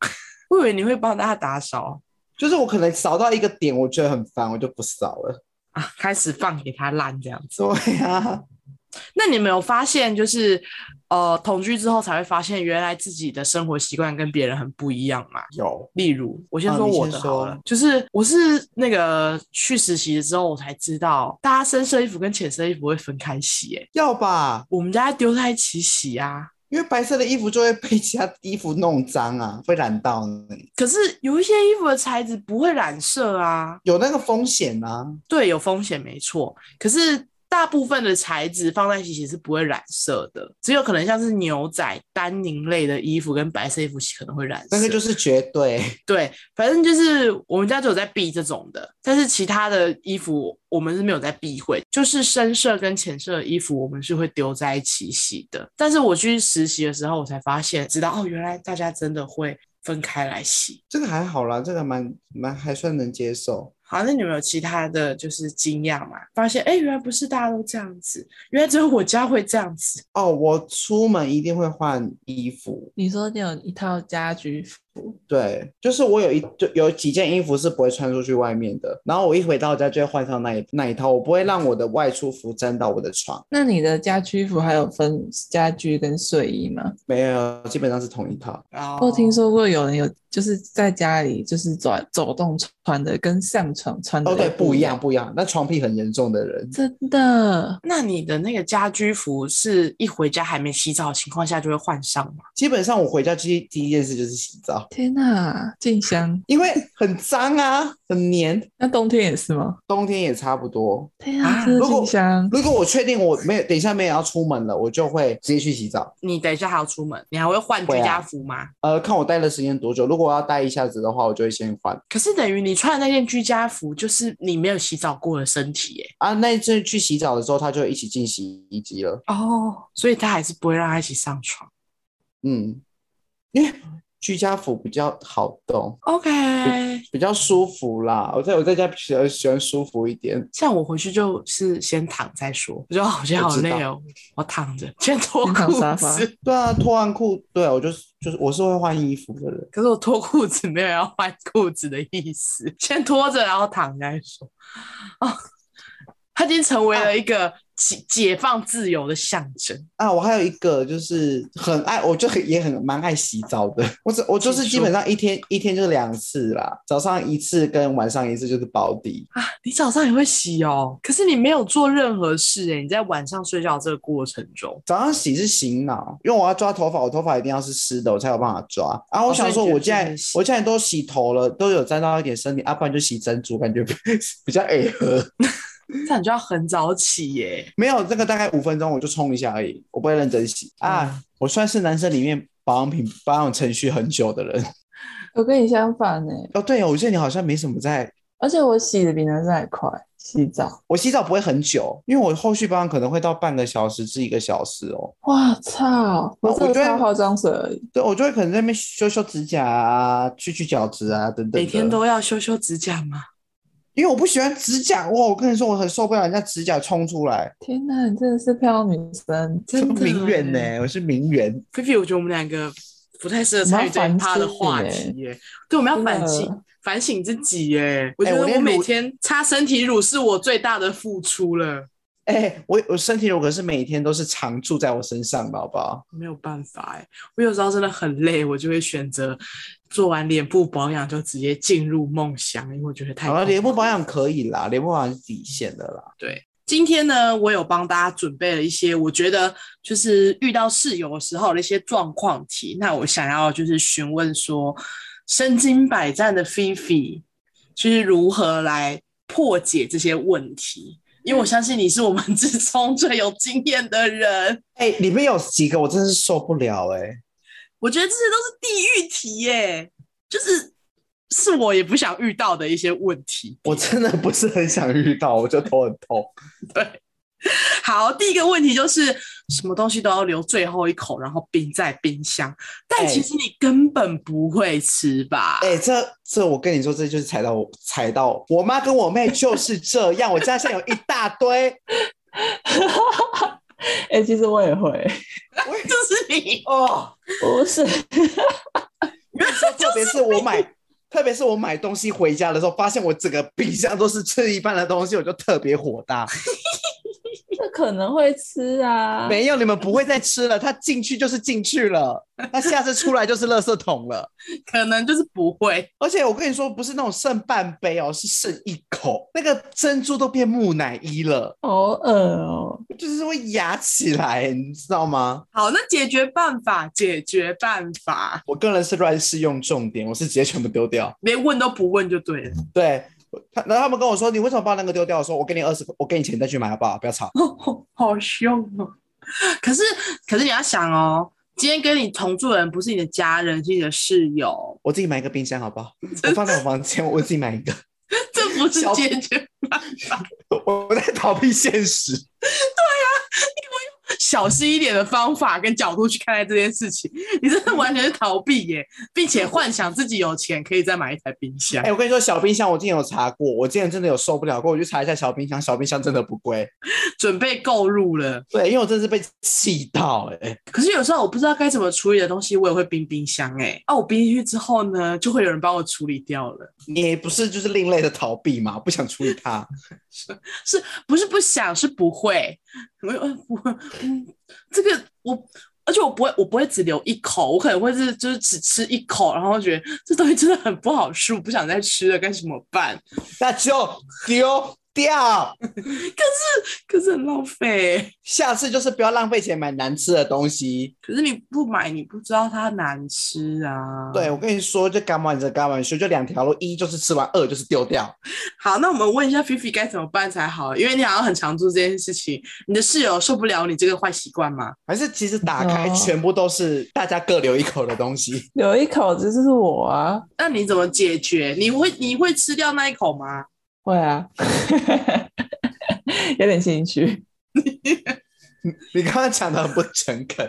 Speaker 2: 我以为你会帮大家打扫
Speaker 1: 就是我可能扫到一个点，我觉得很烦，我就不扫了。
Speaker 2: 啊，开始放给他烂这样子。
Speaker 1: 对啊，
Speaker 2: 那你有没有发现，就是呃同居之后才会发现，原来自己的生活习惯跟别人很不一样嘛？
Speaker 1: 有
Speaker 2: 例如，我先
Speaker 1: 啊
Speaker 2: 说
Speaker 1: 你
Speaker 2: 我
Speaker 1: 先
Speaker 2: 的好了，
Speaker 1: 说
Speaker 2: 就是我是那个去实习的时候，我才知道大家深色衣服跟浅色衣服会分开洗、欸，
Speaker 1: 要吧？
Speaker 2: 我们家丢在一起洗啊。
Speaker 1: 因为白色的衣服就会被其他衣服弄脏啊，会染到你，
Speaker 2: 可是有一些衣服的材质不会染色啊，
Speaker 1: 有那个风险啊。
Speaker 2: 对，有风险没错。可是大部分的材质放在一起其实不会染色的，只有可能像是牛仔、丹宁类的衣服跟白色衣服可能会染色。
Speaker 1: 那个就是是绝对，
Speaker 2: 对，反正就是我们家只有在避这种的，但是其他的衣服我们是没有在避讳，就是深色跟浅色的衣服我们是会丢在一起洗的。但是我去实习的时候，我才发现，知道哦，原来大家真的会分开来洗。
Speaker 1: 这个还好啦，这个蛮蛮还算能接受。
Speaker 2: 好，那你们有其他的就是惊讶嘛？发现哎、诶原来不是大家都这样子，原来只有我家会这样子。
Speaker 1: 哦，我出门一定会换衣服，
Speaker 3: 你说你有一套家居服，
Speaker 1: 对，就是我有一就有几件衣服是不会穿出去外面的，然后我一回到家就会换上那一那一套，我不会让我的外出服沾到我的床，
Speaker 3: 那你的家居服还有分家居跟睡衣吗？
Speaker 1: 没有，基本上是同一套。
Speaker 2: 然后
Speaker 3: 哦我听说过有人有就是在家里就是走走动穿的跟上床穿的
Speaker 1: 哦，对，
Speaker 3: 也
Speaker 1: 不一样，
Speaker 3: 样，
Speaker 1: 不一样。那床癖很严重的人，
Speaker 3: 真的
Speaker 2: 那你的那个家居服是一回家还没洗澡的情况下就会换上吗？
Speaker 1: 基本上我回家第第一件事就是洗澡，
Speaker 3: 天哪，静香，
Speaker 1: 因为很脏啊，很黏。
Speaker 3: 那冬天也是吗？
Speaker 1: 冬天也差不多。
Speaker 3: 天
Speaker 2: 啊
Speaker 3: 啊，真的
Speaker 1: 如果
Speaker 3: 静香，
Speaker 1: 如果我确定我没有等一下没有要出门了，我就会直接去洗澡。
Speaker 2: 你等一下还要出门，你还会换居
Speaker 1: 会啊
Speaker 2: 家服吗？
Speaker 1: 呃，看我待的时间多久。如果我要待一下子的话，我就会先换
Speaker 2: 可是等于你穿的那件居家服，就是你没有洗澡过的身体耶。
Speaker 1: 啊。那一阵去洗澡的时候，他就一起进洗衣机了。
Speaker 2: 哦，所以他还是不会让他一起上床。
Speaker 1: 嗯，因为居家服比较好动，
Speaker 2: OK，
Speaker 3: 嗯
Speaker 1: 比较舒服啦。我在我在家喜欢喜欢舒服一点。
Speaker 2: 像我回去就是先躺再说，我觉得好像好累哦，我躺着先脱
Speaker 3: 先躺
Speaker 2: 裤
Speaker 3: 沙发
Speaker 2: 子。
Speaker 1: 对啊，脱完裤，对啊我就是就是我是会换衣服的人。
Speaker 2: 可是我脱裤子没有要换裤子的意思，先脱着然后躺着再说。哦，它已经成为了一个解解放自由的象征。
Speaker 1: 啊，我还有一个就是很爱，我就很也很蛮爱洗澡的。我只我就是
Speaker 2: 请
Speaker 1: 基
Speaker 2: 说
Speaker 1: 本上一天一天就两次啦，早上一次跟晚上一次就是保底。
Speaker 2: 啊，你早上也会洗哦，可是你没有做任何事欸诶，你在晚上睡觉这个过程中，
Speaker 1: 早上洗是醒脑，因为我要抓头发，我头发一定要是湿的，我才有办法抓。然后我
Speaker 2: 哦
Speaker 1: 想说，
Speaker 2: 所以你
Speaker 1: 我
Speaker 2: 觉
Speaker 1: 现
Speaker 2: 得
Speaker 1: 在
Speaker 2: 很洗
Speaker 1: 我现在都洗头了，都有沾到一点身体，啊，不然就洗 珍珠，感觉比较违和。
Speaker 2: 这样你就要很早起耶。
Speaker 1: 没有这个大概五分钟我就冲一下而已，我不会认真洗啊。
Speaker 2: 嗯
Speaker 1: 我算是男生里面保养品保养程序很久的人。
Speaker 3: 我跟你相反呢、
Speaker 1: 哦，对哦，我记得你好像没什么在。
Speaker 3: 而且我洗的比男生还快，洗澡，
Speaker 1: 我洗澡不会很久，因为我后续保养可能会到半个小时至一个小时哦。
Speaker 3: 哇操，我
Speaker 1: 我
Speaker 3: 只
Speaker 1: 觉
Speaker 3: 有
Speaker 1: 得
Speaker 3: 擦化妆水而已，
Speaker 1: 对，我就会可能在那边修修指甲啊，去去角质啊等等的。
Speaker 2: 每天都要修修指甲吗？
Speaker 1: 因为我不喜欢指甲，哇！我跟你说，我很受不了人家指甲冲出 来。
Speaker 3: 天哪，你真的是漂亮女生，
Speaker 1: 什
Speaker 2: 真
Speaker 1: 么
Speaker 2: 的
Speaker 1: 名媛呢、
Speaker 2: 耶
Speaker 1: 我是名媛。
Speaker 2: 菲菲，我觉得我们两个不太适合参与这一趴的话题耶。对，我们要反
Speaker 3: 真
Speaker 2: 省反省自己耶。我觉
Speaker 1: 哎
Speaker 2: 得
Speaker 1: 我连
Speaker 2: 我每
Speaker 1: 乳
Speaker 2: 天擦身体乳是我最大的付出了，
Speaker 1: 哎、我我身体乳可是每天都是常驻在我身上的，好不好？
Speaker 2: 没有办法哎。我有时候真的很累，我就会选择做完脸部保养就直接进入梦乡，因为我觉得太
Speaker 1: 好了，
Speaker 2: 痛苦
Speaker 1: 脸部保养可以啦，脸部保养是底线的啦。
Speaker 2: 对，今天呢，我有帮大家准备了一些，我觉得就是遇到室友的时候的一些状况题。那我想要就是询问说，身经百战的菲菲，就是如何来破解这些问题？因为我相信你是我们 之中最有经验的人。
Speaker 1: 哎、里面有几个我真的是受不了哎、
Speaker 2: 我觉得这些都是地狱题耶、就是是我也不想遇到的一些问题。
Speaker 1: 我真的不是很想遇到，我就头很痛。
Speaker 2: 好，第一个问题就是什么东西都要留最后一口，然后冰在冰箱，
Speaker 1: 哎
Speaker 2: 但其实你根本不会吃吧？
Speaker 1: 哎、这这我跟你说，这就是踩到我踩到我我妈跟我妹就是这样，我家现在有一大堆。
Speaker 3: 哎、其实我也会，
Speaker 2: 就是你，
Speaker 1: 哦，
Speaker 3: 不是，
Speaker 1: 特别是我买，特别是我买东西回家的时候，发现我整个冰箱都是吃一半的东西，我就特别火大。
Speaker 3: 这可能会吃啊，
Speaker 1: 没有，你们不会再吃了，它进去就是进去了，那下次出来就是垃圾桶了。
Speaker 2: 可能就是不会。
Speaker 1: 而且我跟你说，不是那种剩半杯哦，是剩一口，那个珍珠都变木乃伊了，
Speaker 3: 好恶哦、
Speaker 1: 就是会压起来，你知道吗？
Speaker 2: 好，那解决办法，解决办法，
Speaker 1: 我个人是乱试用重点，我是直接全部丢掉。
Speaker 2: 连问都不问就对了。
Speaker 1: 对。他然后他们跟我说：“你为什么把那个丢掉？”我说：“我给你二十，我给你钱再去买好不好？不要吵。
Speaker 2: 好凶哦！可是，可是你要想哦，今天跟你同住的人不是你的家人，是你的室友，
Speaker 1: 我自己买一个冰箱好不好？我放在我房间，我自己买一个。
Speaker 2: 这不是
Speaker 1: 小
Speaker 2: 解决
Speaker 1: 我我在逃避现实。
Speaker 2: 小心一点的方法跟角度去看待这件事情，你真的完全是逃避 耶，并且幻想自己有钱可以再买一台冰箱
Speaker 1: 哎、。我跟你说，小冰箱我之前有查过，我之前真的有受不了过，我去查一下小冰箱，小冰箱真的不贵。
Speaker 2: 准备购入了，
Speaker 1: 对，因为我真的是被气到哎、
Speaker 2: 可是有时候我不知道该怎么处理的东西，我也会冰冰箱哎。啊，我冰进去之后呢，就会有人帮我处理掉了，
Speaker 1: 你也不是就是另类的逃避嘛，不想处理它。
Speaker 2: 不是不想，是不会，我呃不会，嗯这个我。而且我不会，我不会只留一口，我可能会是就是只吃一口，然后觉得这东西真的很不好吃，我不想再吃了，该怎么办？
Speaker 1: 那就丢掉。
Speaker 2: 可是很浪费欸、
Speaker 1: 下次就是不要浪费钱买难吃的东西。
Speaker 2: 可是你不买，你不知道它难吃啊。
Speaker 1: 对，我跟你说，就干完这干完修，就两条路，一就是吃完，二就是丢掉。
Speaker 2: 好，那我们问一下菲菲该怎么办才好，因为你好像很常做这件事情，你的室友受不了你这个坏习惯吗？
Speaker 1: 还是其实打开
Speaker 3: 哦
Speaker 1: 全部都是大家各留一口的东 西。
Speaker 3: 有一口子就是我啊，
Speaker 2: 那你怎么解决？你会你会吃掉那一口吗？
Speaker 3: 会啊， 有点兴趣。
Speaker 1: 你刚刚讲的很不诚恳，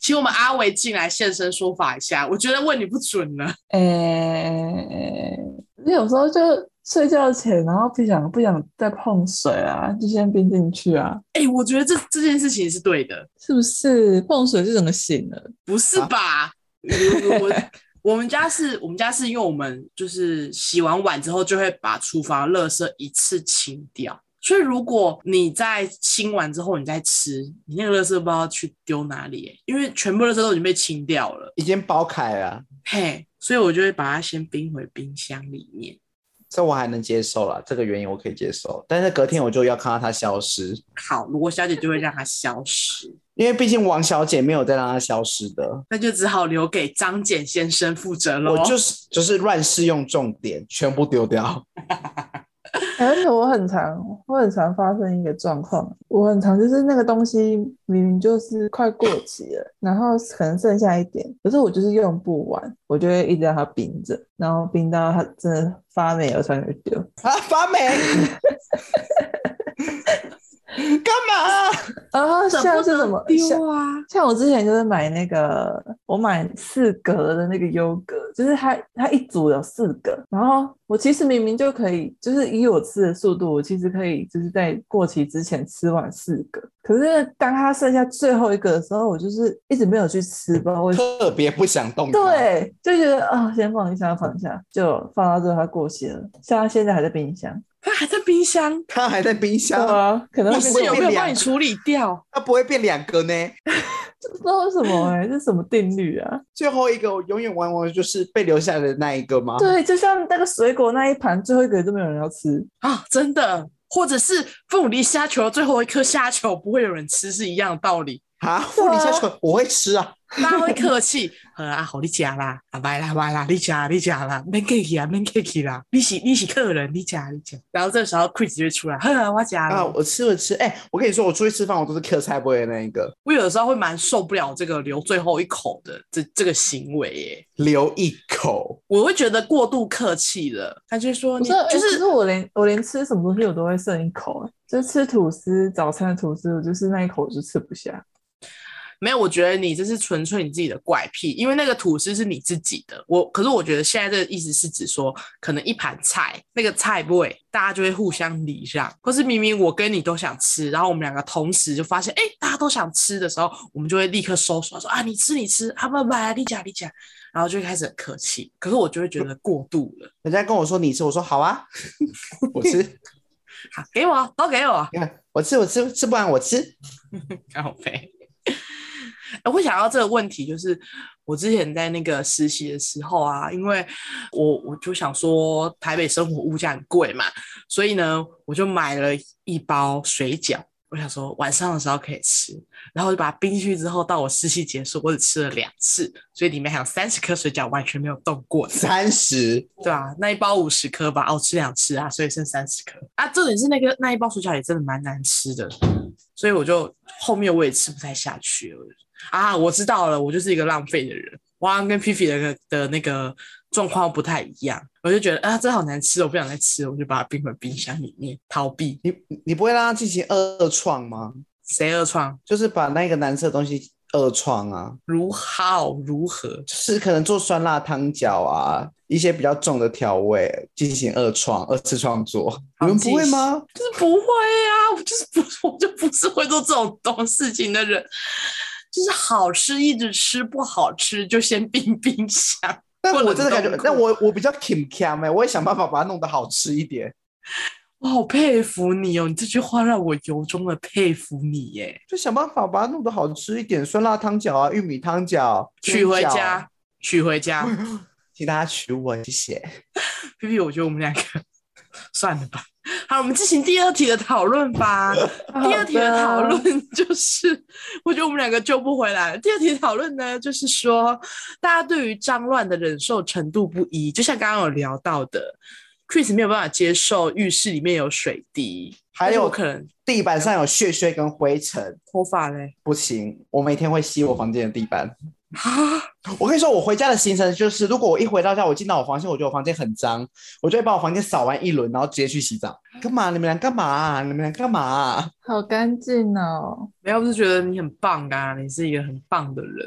Speaker 2: 请我们阿维进来现身说法一下，我觉得问你不准了。
Speaker 3: 呃、哎你有时候就睡觉前，然后不想不想再碰水啊，就先冰进去啊，
Speaker 2: 哎、我觉得这这件事情是对的，
Speaker 3: 是不是？碰水就整个醒了。
Speaker 2: 不是
Speaker 1: 啊
Speaker 2: 吧？我我我们家是我们家是因为我们就是洗完碗之后就会把厨房垃圾一次清掉，所以如果你在清完之后你再吃，你那个垃圾不知道去丢哪里、欸，因为全部垃圾都已经被清掉了，
Speaker 1: 已经包开了，
Speaker 2: 嘿，所以我就会把它先冰回冰箱里面。
Speaker 1: 这我还能接受了，这个原因我可以接受。但是隔天我就要看到它消失，
Speaker 2: 好，如果小姐就会让它消失，
Speaker 1: 因为毕竟王小姐没有再让它消失的。
Speaker 2: 那就只好留给张简先生负责喽。
Speaker 1: 我就是就是乱试用重点，全部丢掉。
Speaker 3: 而且我很常，我很常发生一个状况，我很常就是那个东西明明就是快过期了，然后可能剩下一点，可是我就是用不完，我就会一直让它冰着，然后冰到它真的发霉了才会丢。
Speaker 1: 啊，发霉！干嘛、
Speaker 3: 然后
Speaker 2: 怎
Speaker 3: 像啊是什
Speaker 2: 么
Speaker 3: 么
Speaker 2: 能
Speaker 3: 像
Speaker 2: 丢啊？
Speaker 3: 像我之前就是买那个，我买四格的那个优格，就是它它一组有四个，然后我其实明明就可以，就是以我吃的速度，我其实可以就是在过期之前吃完四个，可是当它剩下最后一个的时候，我就是一直没有去吃，不知道为什么。
Speaker 1: 特别不想动它。
Speaker 3: 对，就觉得啊、先放一下，放一下，就放到最后它过期了，像它现在还在冰箱。
Speaker 2: 它还在冰箱，
Speaker 1: 它还在冰
Speaker 3: 对
Speaker 1: 箱，
Speaker 3: 啊，可能
Speaker 2: 我
Speaker 3: 会
Speaker 1: 不是
Speaker 2: 室
Speaker 3: 变
Speaker 2: 友
Speaker 1: 有
Speaker 2: 没有
Speaker 1: 两
Speaker 2: 帮你处理掉。
Speaker 1: 它不会变两个呢。
Speaker 3: 不知道为什么哎、这是什么定律啊？
Speaker 1: 最后一个我永远玩完的就是被留下来的那一个吗？
Speaker 3: 对，就像那个水果那一盘，最后一个都没有人要吃。
Speaker 2: 啊，真的，或者是凤梨虾球最后一颗虾球不会有人吃是一样的道理，
Speaker 1: 啊，凤梨虾球我会吃啊，
Speaker 2: 大家会客气，好啦，好你夹啦，啊拜啦拜啦，你夹你夹啦，免客气啊免客气啦，你是你是客人，你夹你夹。然后这时候 Chris 就会出来，呵，我夹
Speaker 3: 嗯
Speaker 2: 了。
Speaker 1: 啊，我吃了吃，哎、我跟你说，我出去吃饭我都是客菜不会的那一个，
Speaker 2: 我有的时候会蛮受不了这个留最后一口的这这个行为耶，
Speaker 1: 留一口，
Speaker 2: 我会觉得过度客气了。他就说
Speaker 3: 我
Speaker 2: 你
Speaker 3: 说，
Speaker 2: 就
Speaker 3: 就是是我连我连吃什么东西我都会剩一口、欸，就是吃吐司，早餐的吐司，我就是那一口我就吃不下。
Speaker 2: 没有，我觉得你这是纯粹你自己的怪癖，因为那个吐司是你自己的。我可是我觉得现在这个意思是指说，可能一盘菜那个菜味，大家就会互相礼让，或是明明我跟你都想吃，然后我们两个同时就发现，哎，大家都想吃的时候，我们就会立刻收手说啊，你吃你吃，啊不不，你讲你讲，然后就会开始很客气。可是我就会觉得过度了，
Speaker 1: 人家跟我说你吃，我说好 啊，我吃，
Speaker 2: 好，给我都给我，
Speaker 1: 你看我吃我吃吃不完我吃，
Speaker 2: 然后呗。哎 我想到这个问题，就是我之前在那个实习的时候啊，因为我我就想说台北生活物价很贵嘛，所以呢，我就买了一包水饺，我想说晚上的时候可以吃，然后我就把它冰进去之后，到我实习结束，我只吃了两次，所以里面还有三十颗水饺完全没有动过的。
Speaker 1: 三十，
Speaker 2: 对啊，那一包五十颗吧，哦，吃两次啊，所以剩三十颗啊。重点是那个那一包薯条也真的蛮难吃的，所以我就后面我也吃不太下去了我就啊。我知道了，我就是一个浪费的人，我好像跟 P P 的的那个状况不太一样，我就觉得啊，这好难吃，我不想再吃了，我就把它冰回冰箱里面逃避。
Speaker 1: 你你不会让他进行二创吗？
Speaker 2: 谁恶创？
Speaker 1: 就是把那个难吃的东西二创啊，
Speaker 2: 如好如何？
Speaker 1: 就是可能做酸辣汤饺啊，一些比较重的调味进行二创、二次创作，你们不会吗？
Speaker 2: 就是不会啊，我就是不， 我就不是会做这种东事情的人。就是好吃一直吃，不好吃就先冰 冰箱。
Speaker 1: 但
Speaker 2: 不
Speaker 1: 我
Speaker 2: 冷
Speaker 1: 真的感觉
Speaker 2: 冻，库
Speaker 1: 欸但我我比较 kim cam 哎、我也想办法把它弄得好吃一点。
Speaker 2: 我好佩服你哦！你这句话让我由衷的佩服你耶。
Speaker 1: 就想办法把它弄得好吃一点，酸辣汤饺啊，玉米汤饺，
Speaker 2: 娶回
Speaker 1: 煎饺，
Speaker 2: 家，娶回家。
Speaker 1: 请大家娶啊我，谢谢。
Speaker 2: P P，我觉得我们两个 算了吧。好，我们进行第二题的讨论吧。
Speaker 3: 哦
Speaker 2: 第二题的
Speaker 3: 啊
Speaker 2: 讨论就是， 我觉得我们两个救不回来了。第二题的讨论呢，就是说大家对于脏乱的忍受程度不一，就像刚刚有聊到的，Chris 没有办法接受浴室里面有水滴，
Speaker 1: 还
Speaker 2: 但是
Speaker 1: 有
Speaker 2: 我可能
Speaker 1: 地板上有屑屑跟灰尘，
Speaker 2: 头发嘞
Speaker 1: 不行，我每天会吸我房间的地板。
Speaker 2: 啊，
Speaker 1: 我跟你说，我回家的行程就是，如果我一回到家，我进到我房间，我觉得我房间很脏，我就会把我房间扫完一轮，然后直接去洗澡。干嘛？你们俩干嘛、啊你们俩干嘛、啊
Speaker 3: 好干净哦！
Speaker 2: 没有，我是觉得你很棒啊，你是一个很棒的人。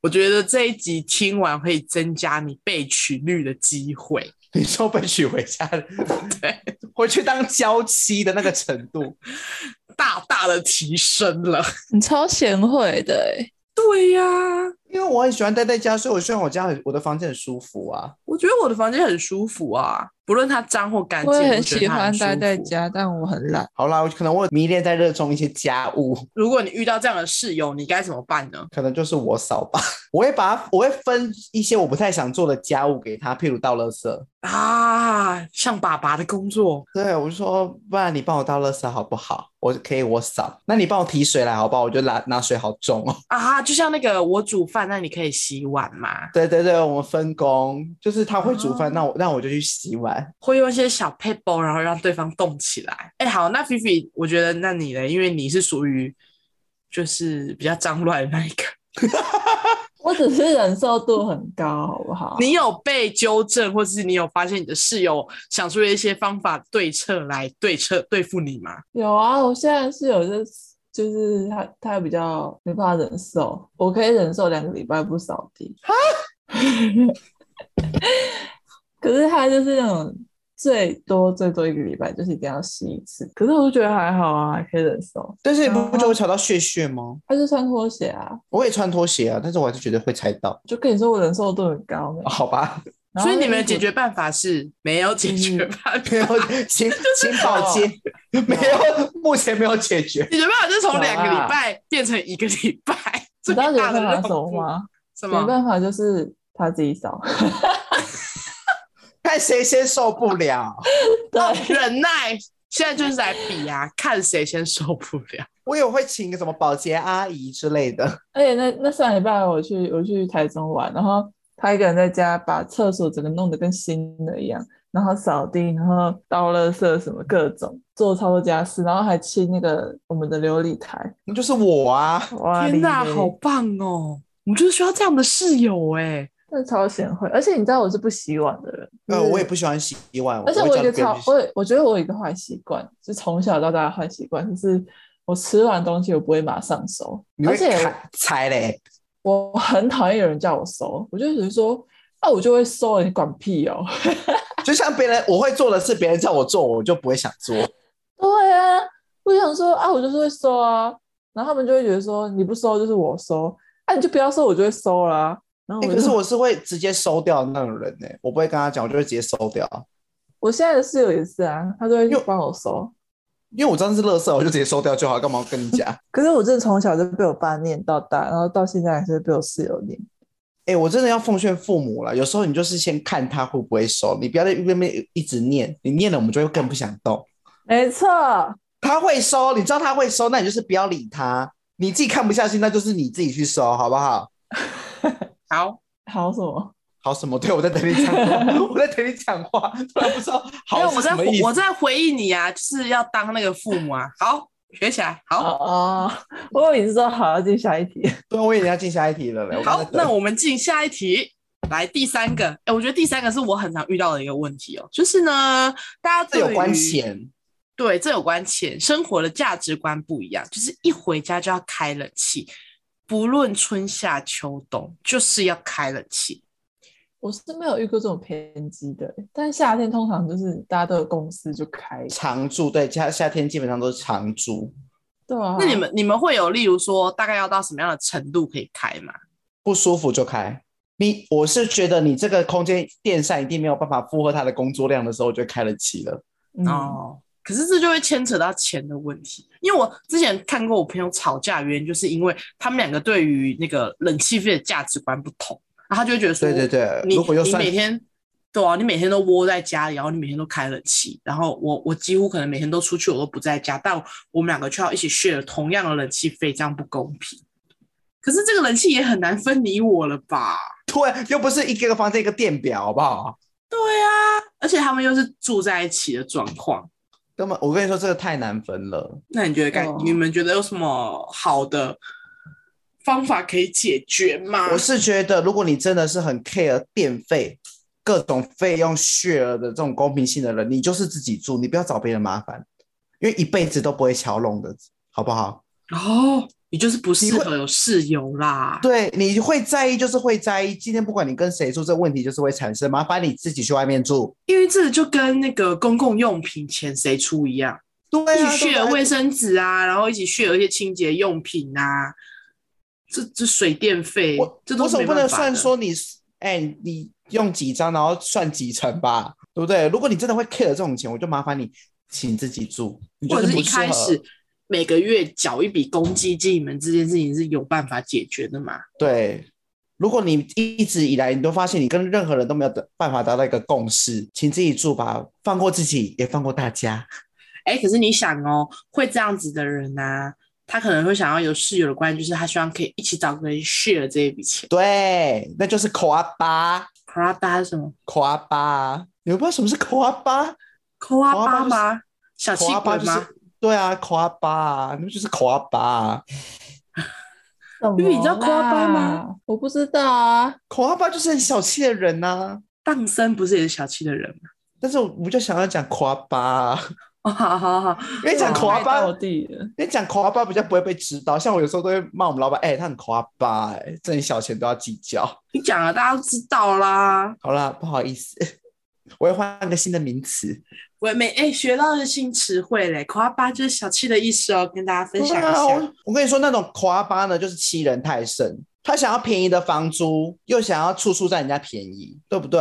Speaker 2: 我觉得这一集听完可以增加你被取律的机会。
Speaker 1: 你说被娶回家的，
Speaker 2: 对，
Speaker 1: 回去当娇妻的那个程度，
Speaker 2: 大大的提升了。
Speaker 3: 你超贤惠的哎、
Speaker 2: 对呀、
Speaker 1: 因为我很喜欢待在家，所以我希望我家很我的房间很舒服啊。
Speaker 2: 我觉得我的房间很舒服啊，不论它脏或干净，
Speaker 3: 我也
Speaker 2: 我
Speaker 3: 很
Speaker 2: 觉得
Speaker 3: 喜
Speaker 2: 它很
Speaker 3: 欢
Speaker 2: 舒
Speaker 3: 待在
Speaker 2: 服。
Speaker 3: 家，但我很懒。
Speaker 1: 好啦，我可能我迷恋在热衷一些家务，
Speaker 2: 如果你遇到这样的室友，你该怎么办呢？
Speaker 1: 可能就是我扫吧。 我会把它，我会分一些我不太想做的家务给他，譬如倒垃圾。
Speaker 2: 啊，像爸爸的工作，
Speaker 1: 对，我就说，不然你帮我倒垃圾好不好？我可以我扫，那你帮我提水来好不好？我就拿拿水好重哦。
Speaker 2: 啊，就像那个我煮饭，那你可以洗碗吗？
Speaker 1: 对对对，我们分工，就是他会煮饭，
Speaker 2: 哦
Speaker 1: 那我那我就去洗碗。
Speaker 2: 会用一些小 p a p e 然后让对方动起来。哎，好，那菲菲，我觉得那你呢？因为你是属于就是比较脏乱的那一个，
Speaker 3: 我只是忍受度很高，好不好？
Speaker 2: 你有被纠正，或是你有发现你的室友想出了一些方法对策来对策对付你吗？
Speaker 3: 有啊，我现在是有这，就是他他比较没办法忍受，我可以忍受两个礼拜不扫地。 可是他就是那种最多最多一个礼拜就是一定要洗一次，可是我就觉得还好啊，还可以忍受。
Speaker 1: 但是你不
Speaker 3: 哦
Speaker 1: 不就会吵到血血吗？
Speaker 3: 他就穿拖鞋啊，
Speaker 1: 我也穿拖鞋啊，但是我还是觉得会踩到。
Speaker 3: 就跟你说我忍受度很高没
Speaker 1: 哦、好吧，
Speaker 3: 然后
Speaker 2: 所以你嗯们的
Speaker 3: 那衣
Speaker 2: 解
Speaker 3: 服
Speaker 2: 决办法是没有解决办法，
Speaker 1: 没有， 请请
Speaker 3: 哦
Speaker 1: 保洁，没有，目前没有解决。
Speaker 2: 解决办法是从两个
Speaker 3: 有啦
Speaker 2: 礼拜变成一个礼 拜，
Speaker 3: 你
Speaker 2: 最
Speaker 3: 知道解
Speaker 2: 大的
Speaker 3: 决办法
Speaker 2: 让
Speaker 3: 是什么
Speaker 2: 步？
Speaker 3: 吗？
Speaker 2: 什
Speaker 3: 解
Speaker 2: 么
Speaker 3: 决办法就是他自己
Speaker 2: 哦
Speaker 3: 扫，
Speaker 1: 看谁先受不了。
Speaker 3: 对。
Speaker 2: 哦忍耐？现在就是来比啊， 看谁先受不了。
Speaker 1: 我也会请个什么保洁阿姨之类的。
Speaker 3: 而且那那上礼拜我去我去台中玩，然后他一个人在家把厕所整个弄得跟新的一样，然后扫地，然后倒垃圾什么各种，做超多家事，然后还清那个我们的琉璃台。
Speaker 1: 那就是我啊，
Speaker 3: 哇
Speaker 2: 天哪，
Speaker 3: 哪，
Speaker 2: 好！棒哦！我们就是需要这样的室友哎、
Speaker 3: 真的超贤惠，而且你知道我是不洗碗的人，
Speaker 1: 呃，
Speaker 3: 就是
Speaker 1: 我也不喜欢洗碗，
Speaker 3: 嗯而且
Speaker 1: 我
Speaker 3: 我
Speaker 1: 会叫
Speaker 3: 有一个
Speaker 1: 别人
Speaker 3: 超
Speaker 1: 去，洗
Speaker 3: 我有我觉得我有一个坏习惯，是从小到大的坏习惯，就是我吃完东西我不会马上收，
Speaker 1: 你
Speaker 3: 而
Speaker 1: 会
Speaker 3: 且
Speaker 1: 砍踩嘞，
Speaker 3: 我很讨厌有人叫我收，我就只是说，啊，我就会收了，你管屁哦。
Speaker 1: 就像别人我会做的事，别人叫我做，我就不会想做。
Speaker 2: 哦
Speaker 3: 对啊，我想说啊，我就是会收啊，然后他们就会觉得说你不收就是我收，啊你就不要收，我就会收啦、然后
Speaker 1: 欸
Speaker 3: 我
Speaker 1: 可
Speaker 3: 就是
Speaker 1: 我是会直接收掉的那种人呢、欸我不会跟他讲，我就会直接收掉，
Speaker 3: 我现在的室友也是啊，他都会
Speaker 1: 哟
Speaker 3: 帮我收，
Speaker 1: 因为我知道是垃圾，我就直接收掉就好，干嘛跟你讲？
Speaker 3: 可是我真的从小就被我爸念到大，然后到现在还是被我室友念。
Speaker 1: 哎、我真的要奉劝父母了。有时候你就是先看他会不会收，你不要在那边一直念，你念了我们就会更不想动。
Speaker 3: 没错，
Speaker 1: 他会收，你知道他会收，那你就是不要理他。你自己看不下去，那就是你自己去收，好不 好？
Speaker 2: 好，
Speaker 3: 好什么？
Speaker 1: 好什么？对我在等你讲话，我在等你讲话，突然不知道
Speaker 2: 因为
Speaker 1: 好
Speaker 2: 我
Speaker 1: 是
Speaker 2: 在
Speaker 1: 什么
Speaker 2: 回
Speaker 1: 意
Speaker 2: 我
Speaker 1: 思。
Speaker 2: 在回忆你啊，就是要当那个父母啊。好，学起来。
Speaker 3: 哦
Speaker 2: 好，
Speaker 3: 哦，我以为你是说好要进下一题，
Speaker 1: 对，我已经要进下一题了嘞。我刚才
Speaker 2: 好，那
Speaker 1: 等
Speaker 2: 我们进下一题。来第三个，哎、我觉得第三个是我很常遇到的一个问题哦，就是呢，大家
Speaker 1: 这
Speaker 2: 对
Speaker 1: 有关
Speaker 2: 于
Speaker 1: 钱，
Speaker 2: 对，这有关钱，生活的价值观不一样，就是一回家就要开冷气，不论春夏秋冬，就是要开冷气。
Speaker 3: 我是没有遇过这种偏激的，但夏天通常就是大家都有共识就开，
Speaker 1: 常住对，夏夏天基本上都是常住，
Speaker 3: 对啊。
Speaker 2: 那你
Speaker 1: 哦
Speaker 2: 们你们会有例如说大概要到什么样的程度可以开吗？
Speaker 1: 不舒服就开。你我是觉得你这个空间电扇一定没有办法负荷它的工作量的时候，我就开了气了。
Speaker 3: 嗯
Speaker 2: 哦，可是这就会牵扯到钱的问题，因为我之前看过我朋友吵架，原因就是因为他们两个对于那个冷气费的价值观不同，然后他就会觉得说，
Speaker 1: 对对对
Speaker 2: 你
Speaker 1: 呃如果又
Speaker 2: 你
Speaker 1: 算
Speaker 2: 每天对啊，你每天都窝在家里，然后你每天都开冷气，然后我我几乎可能每天都出去，我都不在家，但我们两个却要一起 share 同样的冷气费，这样不公平。可是这个冷气也很难分你我了吧？
Speaker 1: 对，又不是一个房间一个电表，好不好？
Speaker 2: 对啊，而且他们又是住在一起的状况，
Speaker 1: 根本我跟你说，这个太难分了。
Speaker 2: 那你觉得该、
Speaker 3: 哦
Speaker 2: 你们觉得有什么好的方法可以解决吗？
Speaker 1: 我是觉得，如果你真的是很 care 电费、各种费用 share 的这种公平性的人，你就是自己住，你不要找别人麻烦，因为一辈子都不会瞧拢的，好不好？
Speaker 2: 哦，你就是不适
Speaker 1: 你
Speaker 2: 合有室友啦。
Speaker 1: 对，你会在意就是会在意，今天不管你跟谁住，这问题就是会产生，麻烦你自己去外面住。
Speaker 2: 因为这就跟那个公共用品钱谁出一样，
Speaker 1: 对
Speaker 2: 一
Speaker 1: 啊，
Speaker 2: 起 share
Speaker 1: 都不
Speaker 2: 卫生纸啊，然后一起 share 一些清洁用品啊，这这水电费
Speaker 1: 我，
Speaker 2: 这都
Speaker 1: 我
Speaker 2: 是
Speaker 1: 总
Speaker 2: 没
Speaker 1: 不能
Speaker 2: 办法
Speaker 1: 算
Speaker 2: 的
Speaker 1: 说你是，哎、你用几张，然后算几成吧，对不对？如果你真的会 care 这种钱，我就麻烦你请自己住，你就
Speaker 2: 或者
Speaker 1: 是
Speaker 2: 是
Speaker 1: 不
Speaker 2: 一
Speaker 1: 适
Speaker 2: 开
Speaker 1: 合
Speaker 2: 始。每个月缴一笔公积金，你们这件事情是有办法解决的嘛？
Speaker 1: 对，如果你一直以来你都发现你跟任何人都没有得办法达到一个共识，请自己住吧，放过自己，也放过大家。
Speaker 2: 哎，可是你想哦，会这样子的人呢、他可能会想要有室友的关系，就是他希望可以一起找个人 share 这一笔钱。
Speaker 1: 对，那就是啊夸巴，
Speaker 2: 夸巴是什么？
Speaker 1: 夸巴，你们不知道什么是夸巴？
Speaker 2: 夸
Speaker 1: 巴
Speaker 2: 巴
Speaker 1: 就是
Speaker 2: 吗？小气
Speaker 1: 夸巴
Speaker 2: 鬼
Speaker 1: 就
Speaker 2: 吗？
Speaker 1: 是，对啊，夸巴，那就是夸巴，
Speaker 3: 嗯
Speaker 2: 因为你知道夸巴吗？
Speaker 3: 我不知道啊，
Speaker 1: 夸巴就是很小气的人呐、
Speaker 2: 荡生不是也是小气的人吗？
Speaker 1: 但是我我就想要讲夸巴，
Speaker 2: 哦，好好好，
Speaker 1: 因为讲哎夸
Speaker 3: 啊太
Speaker 2: 啊
Speaker 1: 巴
Speaker 3: 到，地了。
Speaker 1: 因为讲夸巴比较不会被知道。像我有时候都会骂我们老板，哎、他很夸巴、哎，这点小钱都要计较。
Speaker 2: 你讲了大家都知道啦。
Speaker 1: 好啦，不好意思，我要换个新的名词。
Speaker 2: 我每哎、学到一个新词汇嘞，夸巴就是小气的意思哦，跟大家分享一
Speaker 1: 啊
Speaker 2: 下。
Speaker 1: 我我跟你说，那种夸巴呢，就是欺人太甚。他想要便宜的房租，又想要处处占人家便宜，对不对？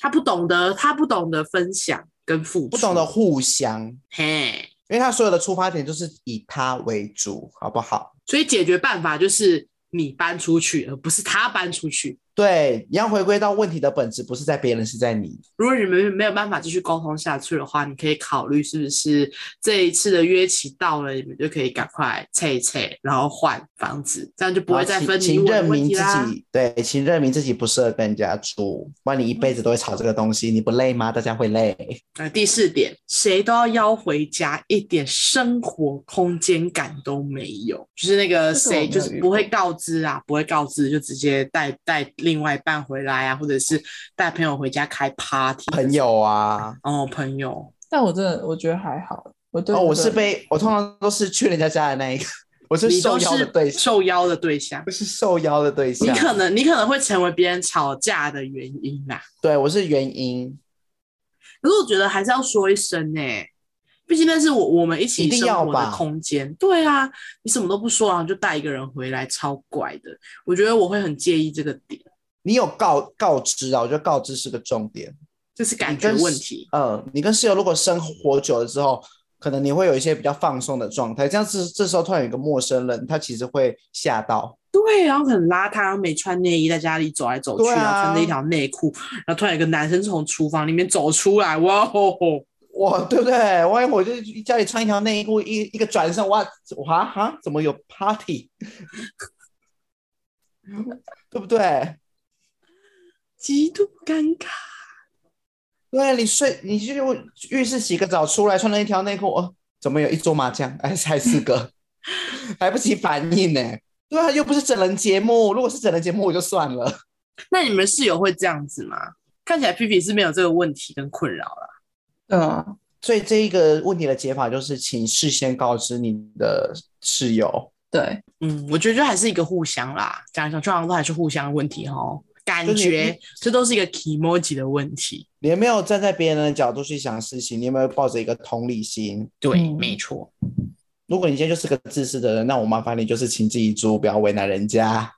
Speaker 2: 他不懂得，他不懂得分享跟付出，
Speaker 1: 不懂得互相，因
Speaker 2: 嘿。
Speaker 1: 为他所有的出发点就是以他为主，好不好？
Speaker 2: 所以解决办法就是你搬出去，而不是他搬出去。
Speaker 1: 对，你要回归到问题的本质，不是在别人，是在你。
Speaker 2: 如果你们没有办法继续沟通下去的话，你可以考虑是不是这一次的约期到了，你们就可以赶快拆一拆，然后换房子，这样就不会再
Speaker 1: 然后
Speaker 2: 分你
Speaker 1: 啊请
Speaker 2: 我
Speaker 1: 请
Speaker 2: 的
Speaker 1: 认
Speaker 2: 问
Speaker 1: 明
Speaker 2: 题
Speaker 1: 自
Speaker 2: 啦。
Speaker 1: 己，对，请认明自己不适合跟人家住，不然你一辈子都会吵这个东西，你不累吗？大家会累。
Speaker 2: 呃，第四点，谁都要邀回家，一点生活空间感都没有。就是那个
Speaker 3: 这个我
Speaker 2: 谁，
Speaker 3: 没
Speaker 2: 就是
Speaker 3: 有遇
Speaker 2: 不会
Speaker 3: 过
Speaker 2: 告知啊，不会告知，就直接带带另外一半回来啊，或者是带朋友回家开 party。
Speaker 1: 朋友 啊，
Speaker 2: 哦，朋友，
Speaker 3: 但我真的我觉得还好，我对
Speaker 1: 哦，
Speaker 3: 这
Speaker 1: 我
Speaker 3: 个
Speaker 1: 是被我通常都是去人家家的那一个，我是
Speaker 2: 你
Speaker 1: 受
Speaker 2: 都
Speaker 1: 邀的对
Speaker 2: 是
Speaker 1: 象，
Speaker 2: 受邀的对象
Speaker 1: 我，是啊受邀的对
Speaker 2: 你
Speaker 1: 象。
Speaker 2: 可能你可能会成为别人吵架的原因啊啦。
Speaker 1: 对我是原因，
Speaker 2: 可是我觉得还是要说一声呢、毕竟那是我我们一起
Speaker 1: 一定
Speaker 2: 生
Speaker 1: 要
Speaker 2: 活的
Speaker 1: 吧
Speaker 2: 空间。对啊，你什么都不说，然后就带一个人回来，超怪的。我觉得我会很介意这个点，
Speaker 1: 你有告告知啊，我觉得告知是个重点。
Speaker 2: 就是感
Speaker 1: 你
Speaker 2: 觉
Speaker 1: 跟
Speaker 2: 问题。
Speaker 1: 嗯，你跟室友如果生活久了之后，可能你会有一些比较放松的状态，这样子这时候突然有一个陌生人，他其实会吓到。
Speaker 2: 对，然后很邋遢，然后没穿内衣，在家里走来走去，
Speaker 1: 对啊
Speaker 2: 然后穿着一条内裤，然后突然有个男生从厨房里面走出来，哇吼吼！
Speaker 1: 哇，对不对？万一我就家里穿一条内裤，一一个转身，哇哇哈，怎么有 party？对不对？
Speaker 2: 极度尴尬。
Speaker 1: 对你睡，你去浴室洗个澡，出来穿了一条内裤，哦，怎么有一桌麻将？哎，才四个，来不及反应呢。对啊，又不是整人节目，如果是整人节目我就算了。
Speaker 2: 那你们室友会这样子吗？看起来皮皮是没有这个问题跟困扰了。
Speaker 3: 对啊，
Speaker 1: 所以这一个问题的解法就是，请事先告知你的室友。
Speaker 3: 对，
Speaker 2: 嗯，我觉得就还是一个互相啦，讲来讲去好像都还是互相的问题哦。感
Speaker 1: 就是
Speaker 2: 觉
Speaker 1: 你
Speaker 2: 这都是一个 emoji 的问题。
Speaker 1: 你有没有站在别人的角度去想事情？你有没有抱着一个同理心？
Speaker 2: 对，
Speaker 3: 嗯
Speaker 2: 没错。
Speaker 1: 如果你今天就是个自私的人，那我麻烦你就是请自己住，不要为难人家。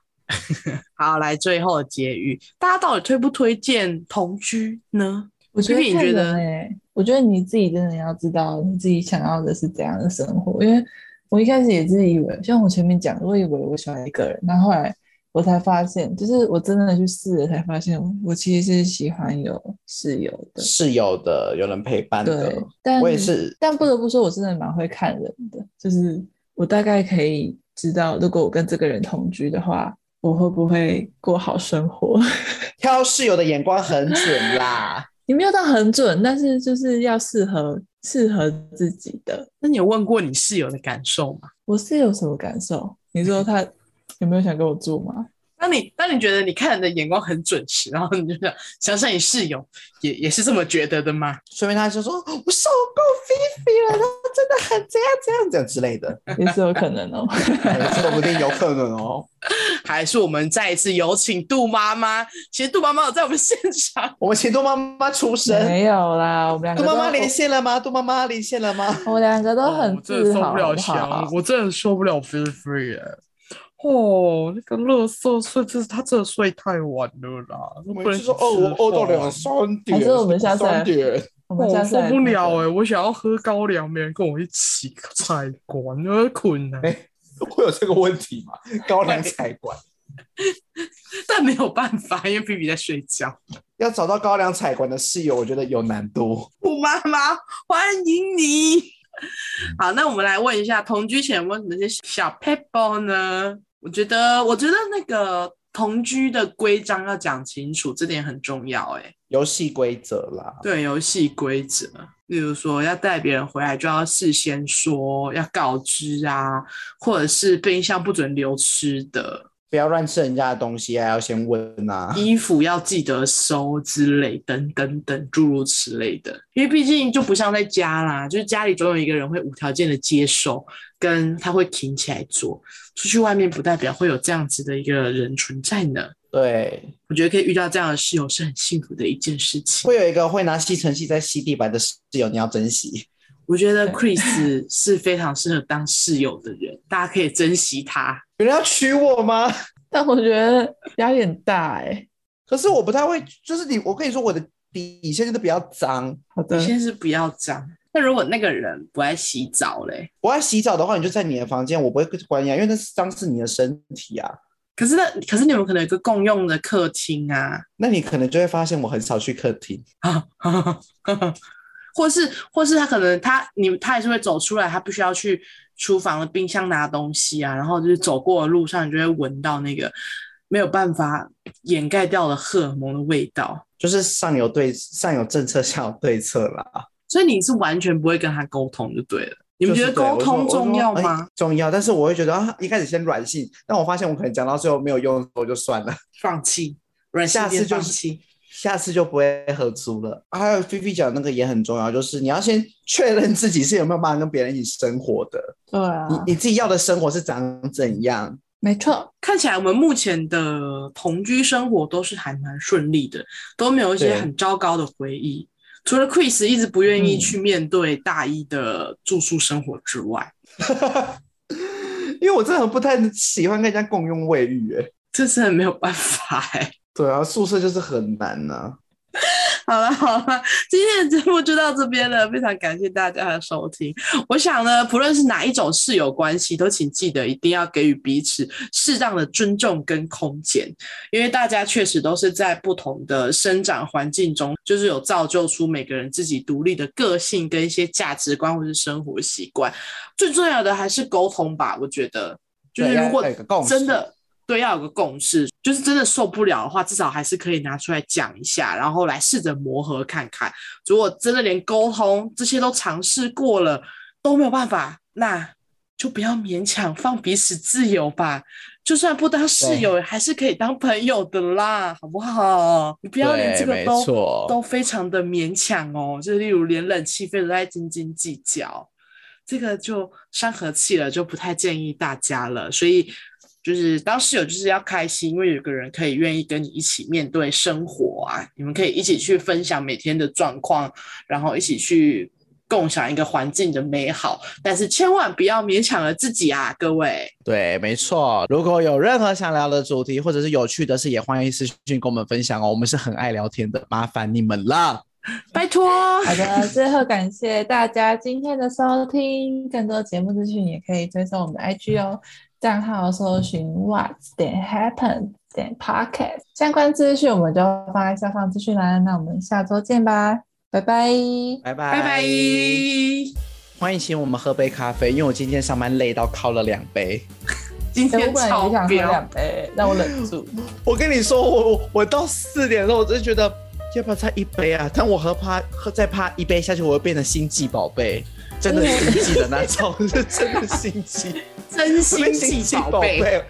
Speaker 2: 好，来最后的结语，大家到底推不推荐同居呢？
Speaker 3: 我觉得
Speaker 2: 皮皮你
Speaker 3: 看
Speaker 2: 觉
Speaker 3: 人
Speaker 2: 得
Speaker 3: 欸我觉得你自己真的要知道你自己想要的是怎样的生活，因为我一开始也是以为，像我前面讲，我以为我喜欢一个人，但后来我才发现，就是我真的去试了，才发现我其实是喜欢有室友的。
Speaker 1: 是有的，有人陪伴
Speaker 3: 对
Speaker 1: 的。，
Speaker 3: 但
Speaker 1: 我也是
Speaker 3: 但不得不说，我真的蛮会看人的，就是我大概可以知道，如果我跟这个人同居的话，我会不会过好生活。
Speaker 1: 挑室友的眼光很准啦。
Speaker 3: 你没有到很准，但是就是要适合适合自己的。
Speaker 2: 那你有问过你室友的感受吗？
Speaker 3: 我是有什么感受？你说他有没有想跟我住吗？
Speaker 2: 当你当你觉得你看人的眼光很准时，然后你就想想想你室友也也是这么觉得的吗？
Speaker 1: 顺便他就说：“我受够菲菲了，他真的很这样这样这样之类的，
Speaker 3: 也是有可能哦。
Speaker 1: 哎说不定有可能哦。
Speaker 2: 还是我们再一次有请杜妈妈？其实杜妈妈有在我们现场，
Speaker 1: 我们请杜妈妈出声，
Speaker 3: 没有啦，我们两个
Speaker 1: 杜
Speaker 3: 都
Speaker 1: 妈妈连线了吗？杜妈妈连线了吗？
Speaker 3: 哦我们两个都很自豪，好不好？
Speaker 2: 啊我真的受不了菲菲耶！哦，那个乐色睡，就是他真的睡太晚了啦。
Speaker 1: 我们就说哦，我饿到两三点，
Speaker 3: 还是我们下次来
Speaker 1: 三点。
Speaker 3: 我们下次来那个
Speaker 2: 我想要喝高粱，没人跟我一起采光，有点困难
Speaker 1: 哎会有这个问题吗？高粱才馆
Speaker 2: 但没有办法，因为 B B 在睡觉。
Speaker 1: 要找到高粱彩馆的室友，我觉得有难度。
Speaker 2: 虎妈妈，欢迎你。
Speaker 3: 嗯
Speaker 2: 好，那我们来问一下，同居前有没有什么一些小 p e p b l 呢？我觉得，我觉得那个同居的规章要讲清楚，这点很重要、欸。哎，
Speaker 1: 游戏规则啦，
Speaker 2: 对，游戏规则，例如说要带别人回来，就要事先说，要告知啊，或者是冰箱不准留吃的。
Speaker 1: 不要乱吃人家的东西，还要先问啊。
Speaker 2: 衣服要记得收之类，等等等诸如此类的。因为毕竟就不像在家啦，就是家里总有一个人会无条件的接受，跟他会挺起来做。出去外面不代表会有这样子的一个人存在呢。
Speaker 1: 对，
Speaker 2: 我觉得可以遇到这样的室友是很幸福的一件事情。
Speaker 1: 会有一个会拿吸尘器在吸地板的室友，你要珍惜。
Speaker 2: 我觉得 Chris 是非常适合当室友的人，大家可以珍惜他。
Speaker 1: 有人要娶我吗？
Speaker 3: 但我觉得压力很大哎、
Speaker 1: 可是我不太会，就是你，我跟你说，我的底线就是比较脏。
Speaker 3: 好的
Speaker 2: 你，先是不要这样。那如果那个人不爱洗澡嘞？
Speaker 1: 我要洗澡的话，你就在你的房间，我不会关你啊，因为那是脏是你的身体啊。
Speaker 2: 可是那可是你们可能有个共用的客厅啊，
Speaker 1: 那你可能就会发现我很少去客厅，
Speaker 2: 或是或是他可能他你他还是会走出来，他不需要去厨房的冰箱拿东西啊，然后就是走过的路上，你就会闻到那个没有办法掩盖掉的荷尔蒙的味道，
Speaker 1: 就是上有对上有政策， 下有对策啦。
Speaker 2: 所以你是完全不会跟他沟通就对了。你们
Speaker 1: 就
Speaker 2: 觉
Speaker 1: 是
Speaker 2: 得沟
Speaker 1: 对我
Speaker 2: 通
Speaker 1: 说
Speaker 2: 重要
Speaker 1: 我说哎
Speaker 2: 吗？
Speaker 1: 重要，但是我会觉得啊，一开始先软性，但我发现我可能讲到最后没有用，我就算了。
Speaker 2: 放弃，软性
Speaker 1: 下次
Speaker 2: 变
Speaker 1: 就
Speaker 2: 放
Speaker 1: 是
Speaker 2: 弃。
Speaker 1: 下次就不会合租了。啊还有菲菲讲那个也很重要，就是你要先确认自己是有没有办法跟别人一起生活的，
Speaker 3: 对啊，
Speaker 1: 你你自己要的生活是长怎样？
Speaker 3: 没错，
Speaker 2: 看起来我们目前的同居生活都是还蛮顺利的，都没有一些
Speaker 1: 对
Speaker 2: 很糟糕的回忆。除了 Chris 一直不愿意
Speaker 3: 嗯
Speaker 2: 去面对大一的住宿生活之外，
Speaker 1: 因为我真的很不太喜欢跟人家共用卫浴、欸，
Speaker 2: 这真的没有办法哎、
Speaker 1: 对啊，宿舍就是很难呐、啊。
Speaker 2: 好了好了，今天的节目就到这边了，非常感谢大家的收听。我想呢，不论是哪一种室友关系，都请记得一定要给予彼此适当的尊重跟空间，因为大家确实都是在不同的生长环境中，就是有造就出每个人自己独立的个性跟一些价值观或是生活习惯。最重要的还是沟通吧，我觉得，就是
Speaker 1: 对要
Speaker 2: 如果
Speaker 1: 要有个共识
Speaker 2: 真的对，啊要有个共识，就是真的受不了的话，至少还是可以拿出来讲一下，然后来试着磨合看看。如果真的连沟通这些都尝试过了都没有办法，那就不要勉强，放彼此自由吧。 就算不当室友，还是可以当朋友的啦，好不好？你不要连这个都
Speaker 1: 错，
Speaker 2: 都非常的勉强哦，就是例如连冷气费都在斤斤计较，这个就伤和气了，就不太建议大家了。所以就是当室友就是要开心，因为有个人可以愿意跟你一起面对生活啊，你们可以一起去分享每天的状况，然后一起去共享一个环境的美好，但是千万不要勉强了自己啊，各位。
Speaker 1: 对，没错。如果有任何想聊的主题或者是有趣的事，也欢迎私信跟我们分享哦，我们是很爱聊天的，麻烦你们了。
Speaker 2: 拜托，
Speaker 3: 好 的，最后感谢大家今天的收听，更多节目资讯也可以追踪我们的 IG 哦，账号搜寻 What's 点 Happen 点 Podcast，相关资讯我们就放在下方资讯栏，那我们下周见吧，拜拜。
Speaker 1: 拜拜
Speaker 2: 拜拜。
Speaker 1: 欢迎请我们喝杯咖啡，因为我今天上班累到靠了两杯。
Speaker 2: 今
Speaker 3: 哎
Speaker 2: 天
Speaker 3: 我本来
Speaker 2: 超
Speaker 3: 也想喝
Speaker 2: 标，
Speaker 3: 两杯，让我忍住。
Speaker 1: 我跟你说，我我我到四点的时候，我真的觉得要不要再一杯啊？但我喝趴喝再趴一杯下去，我会变成星际宝贝，
Speaker 2: 哦
Speaker 1: 真的星际的那种，是真的星际，
Speaker 2: 真
Speaker 1: 会变
Speaker 2: 心
Speaker 1: 星际
Speaker 2: 际
Speaker 1: 宝
Speaker 2: 贝，
Speaker 1: 贝，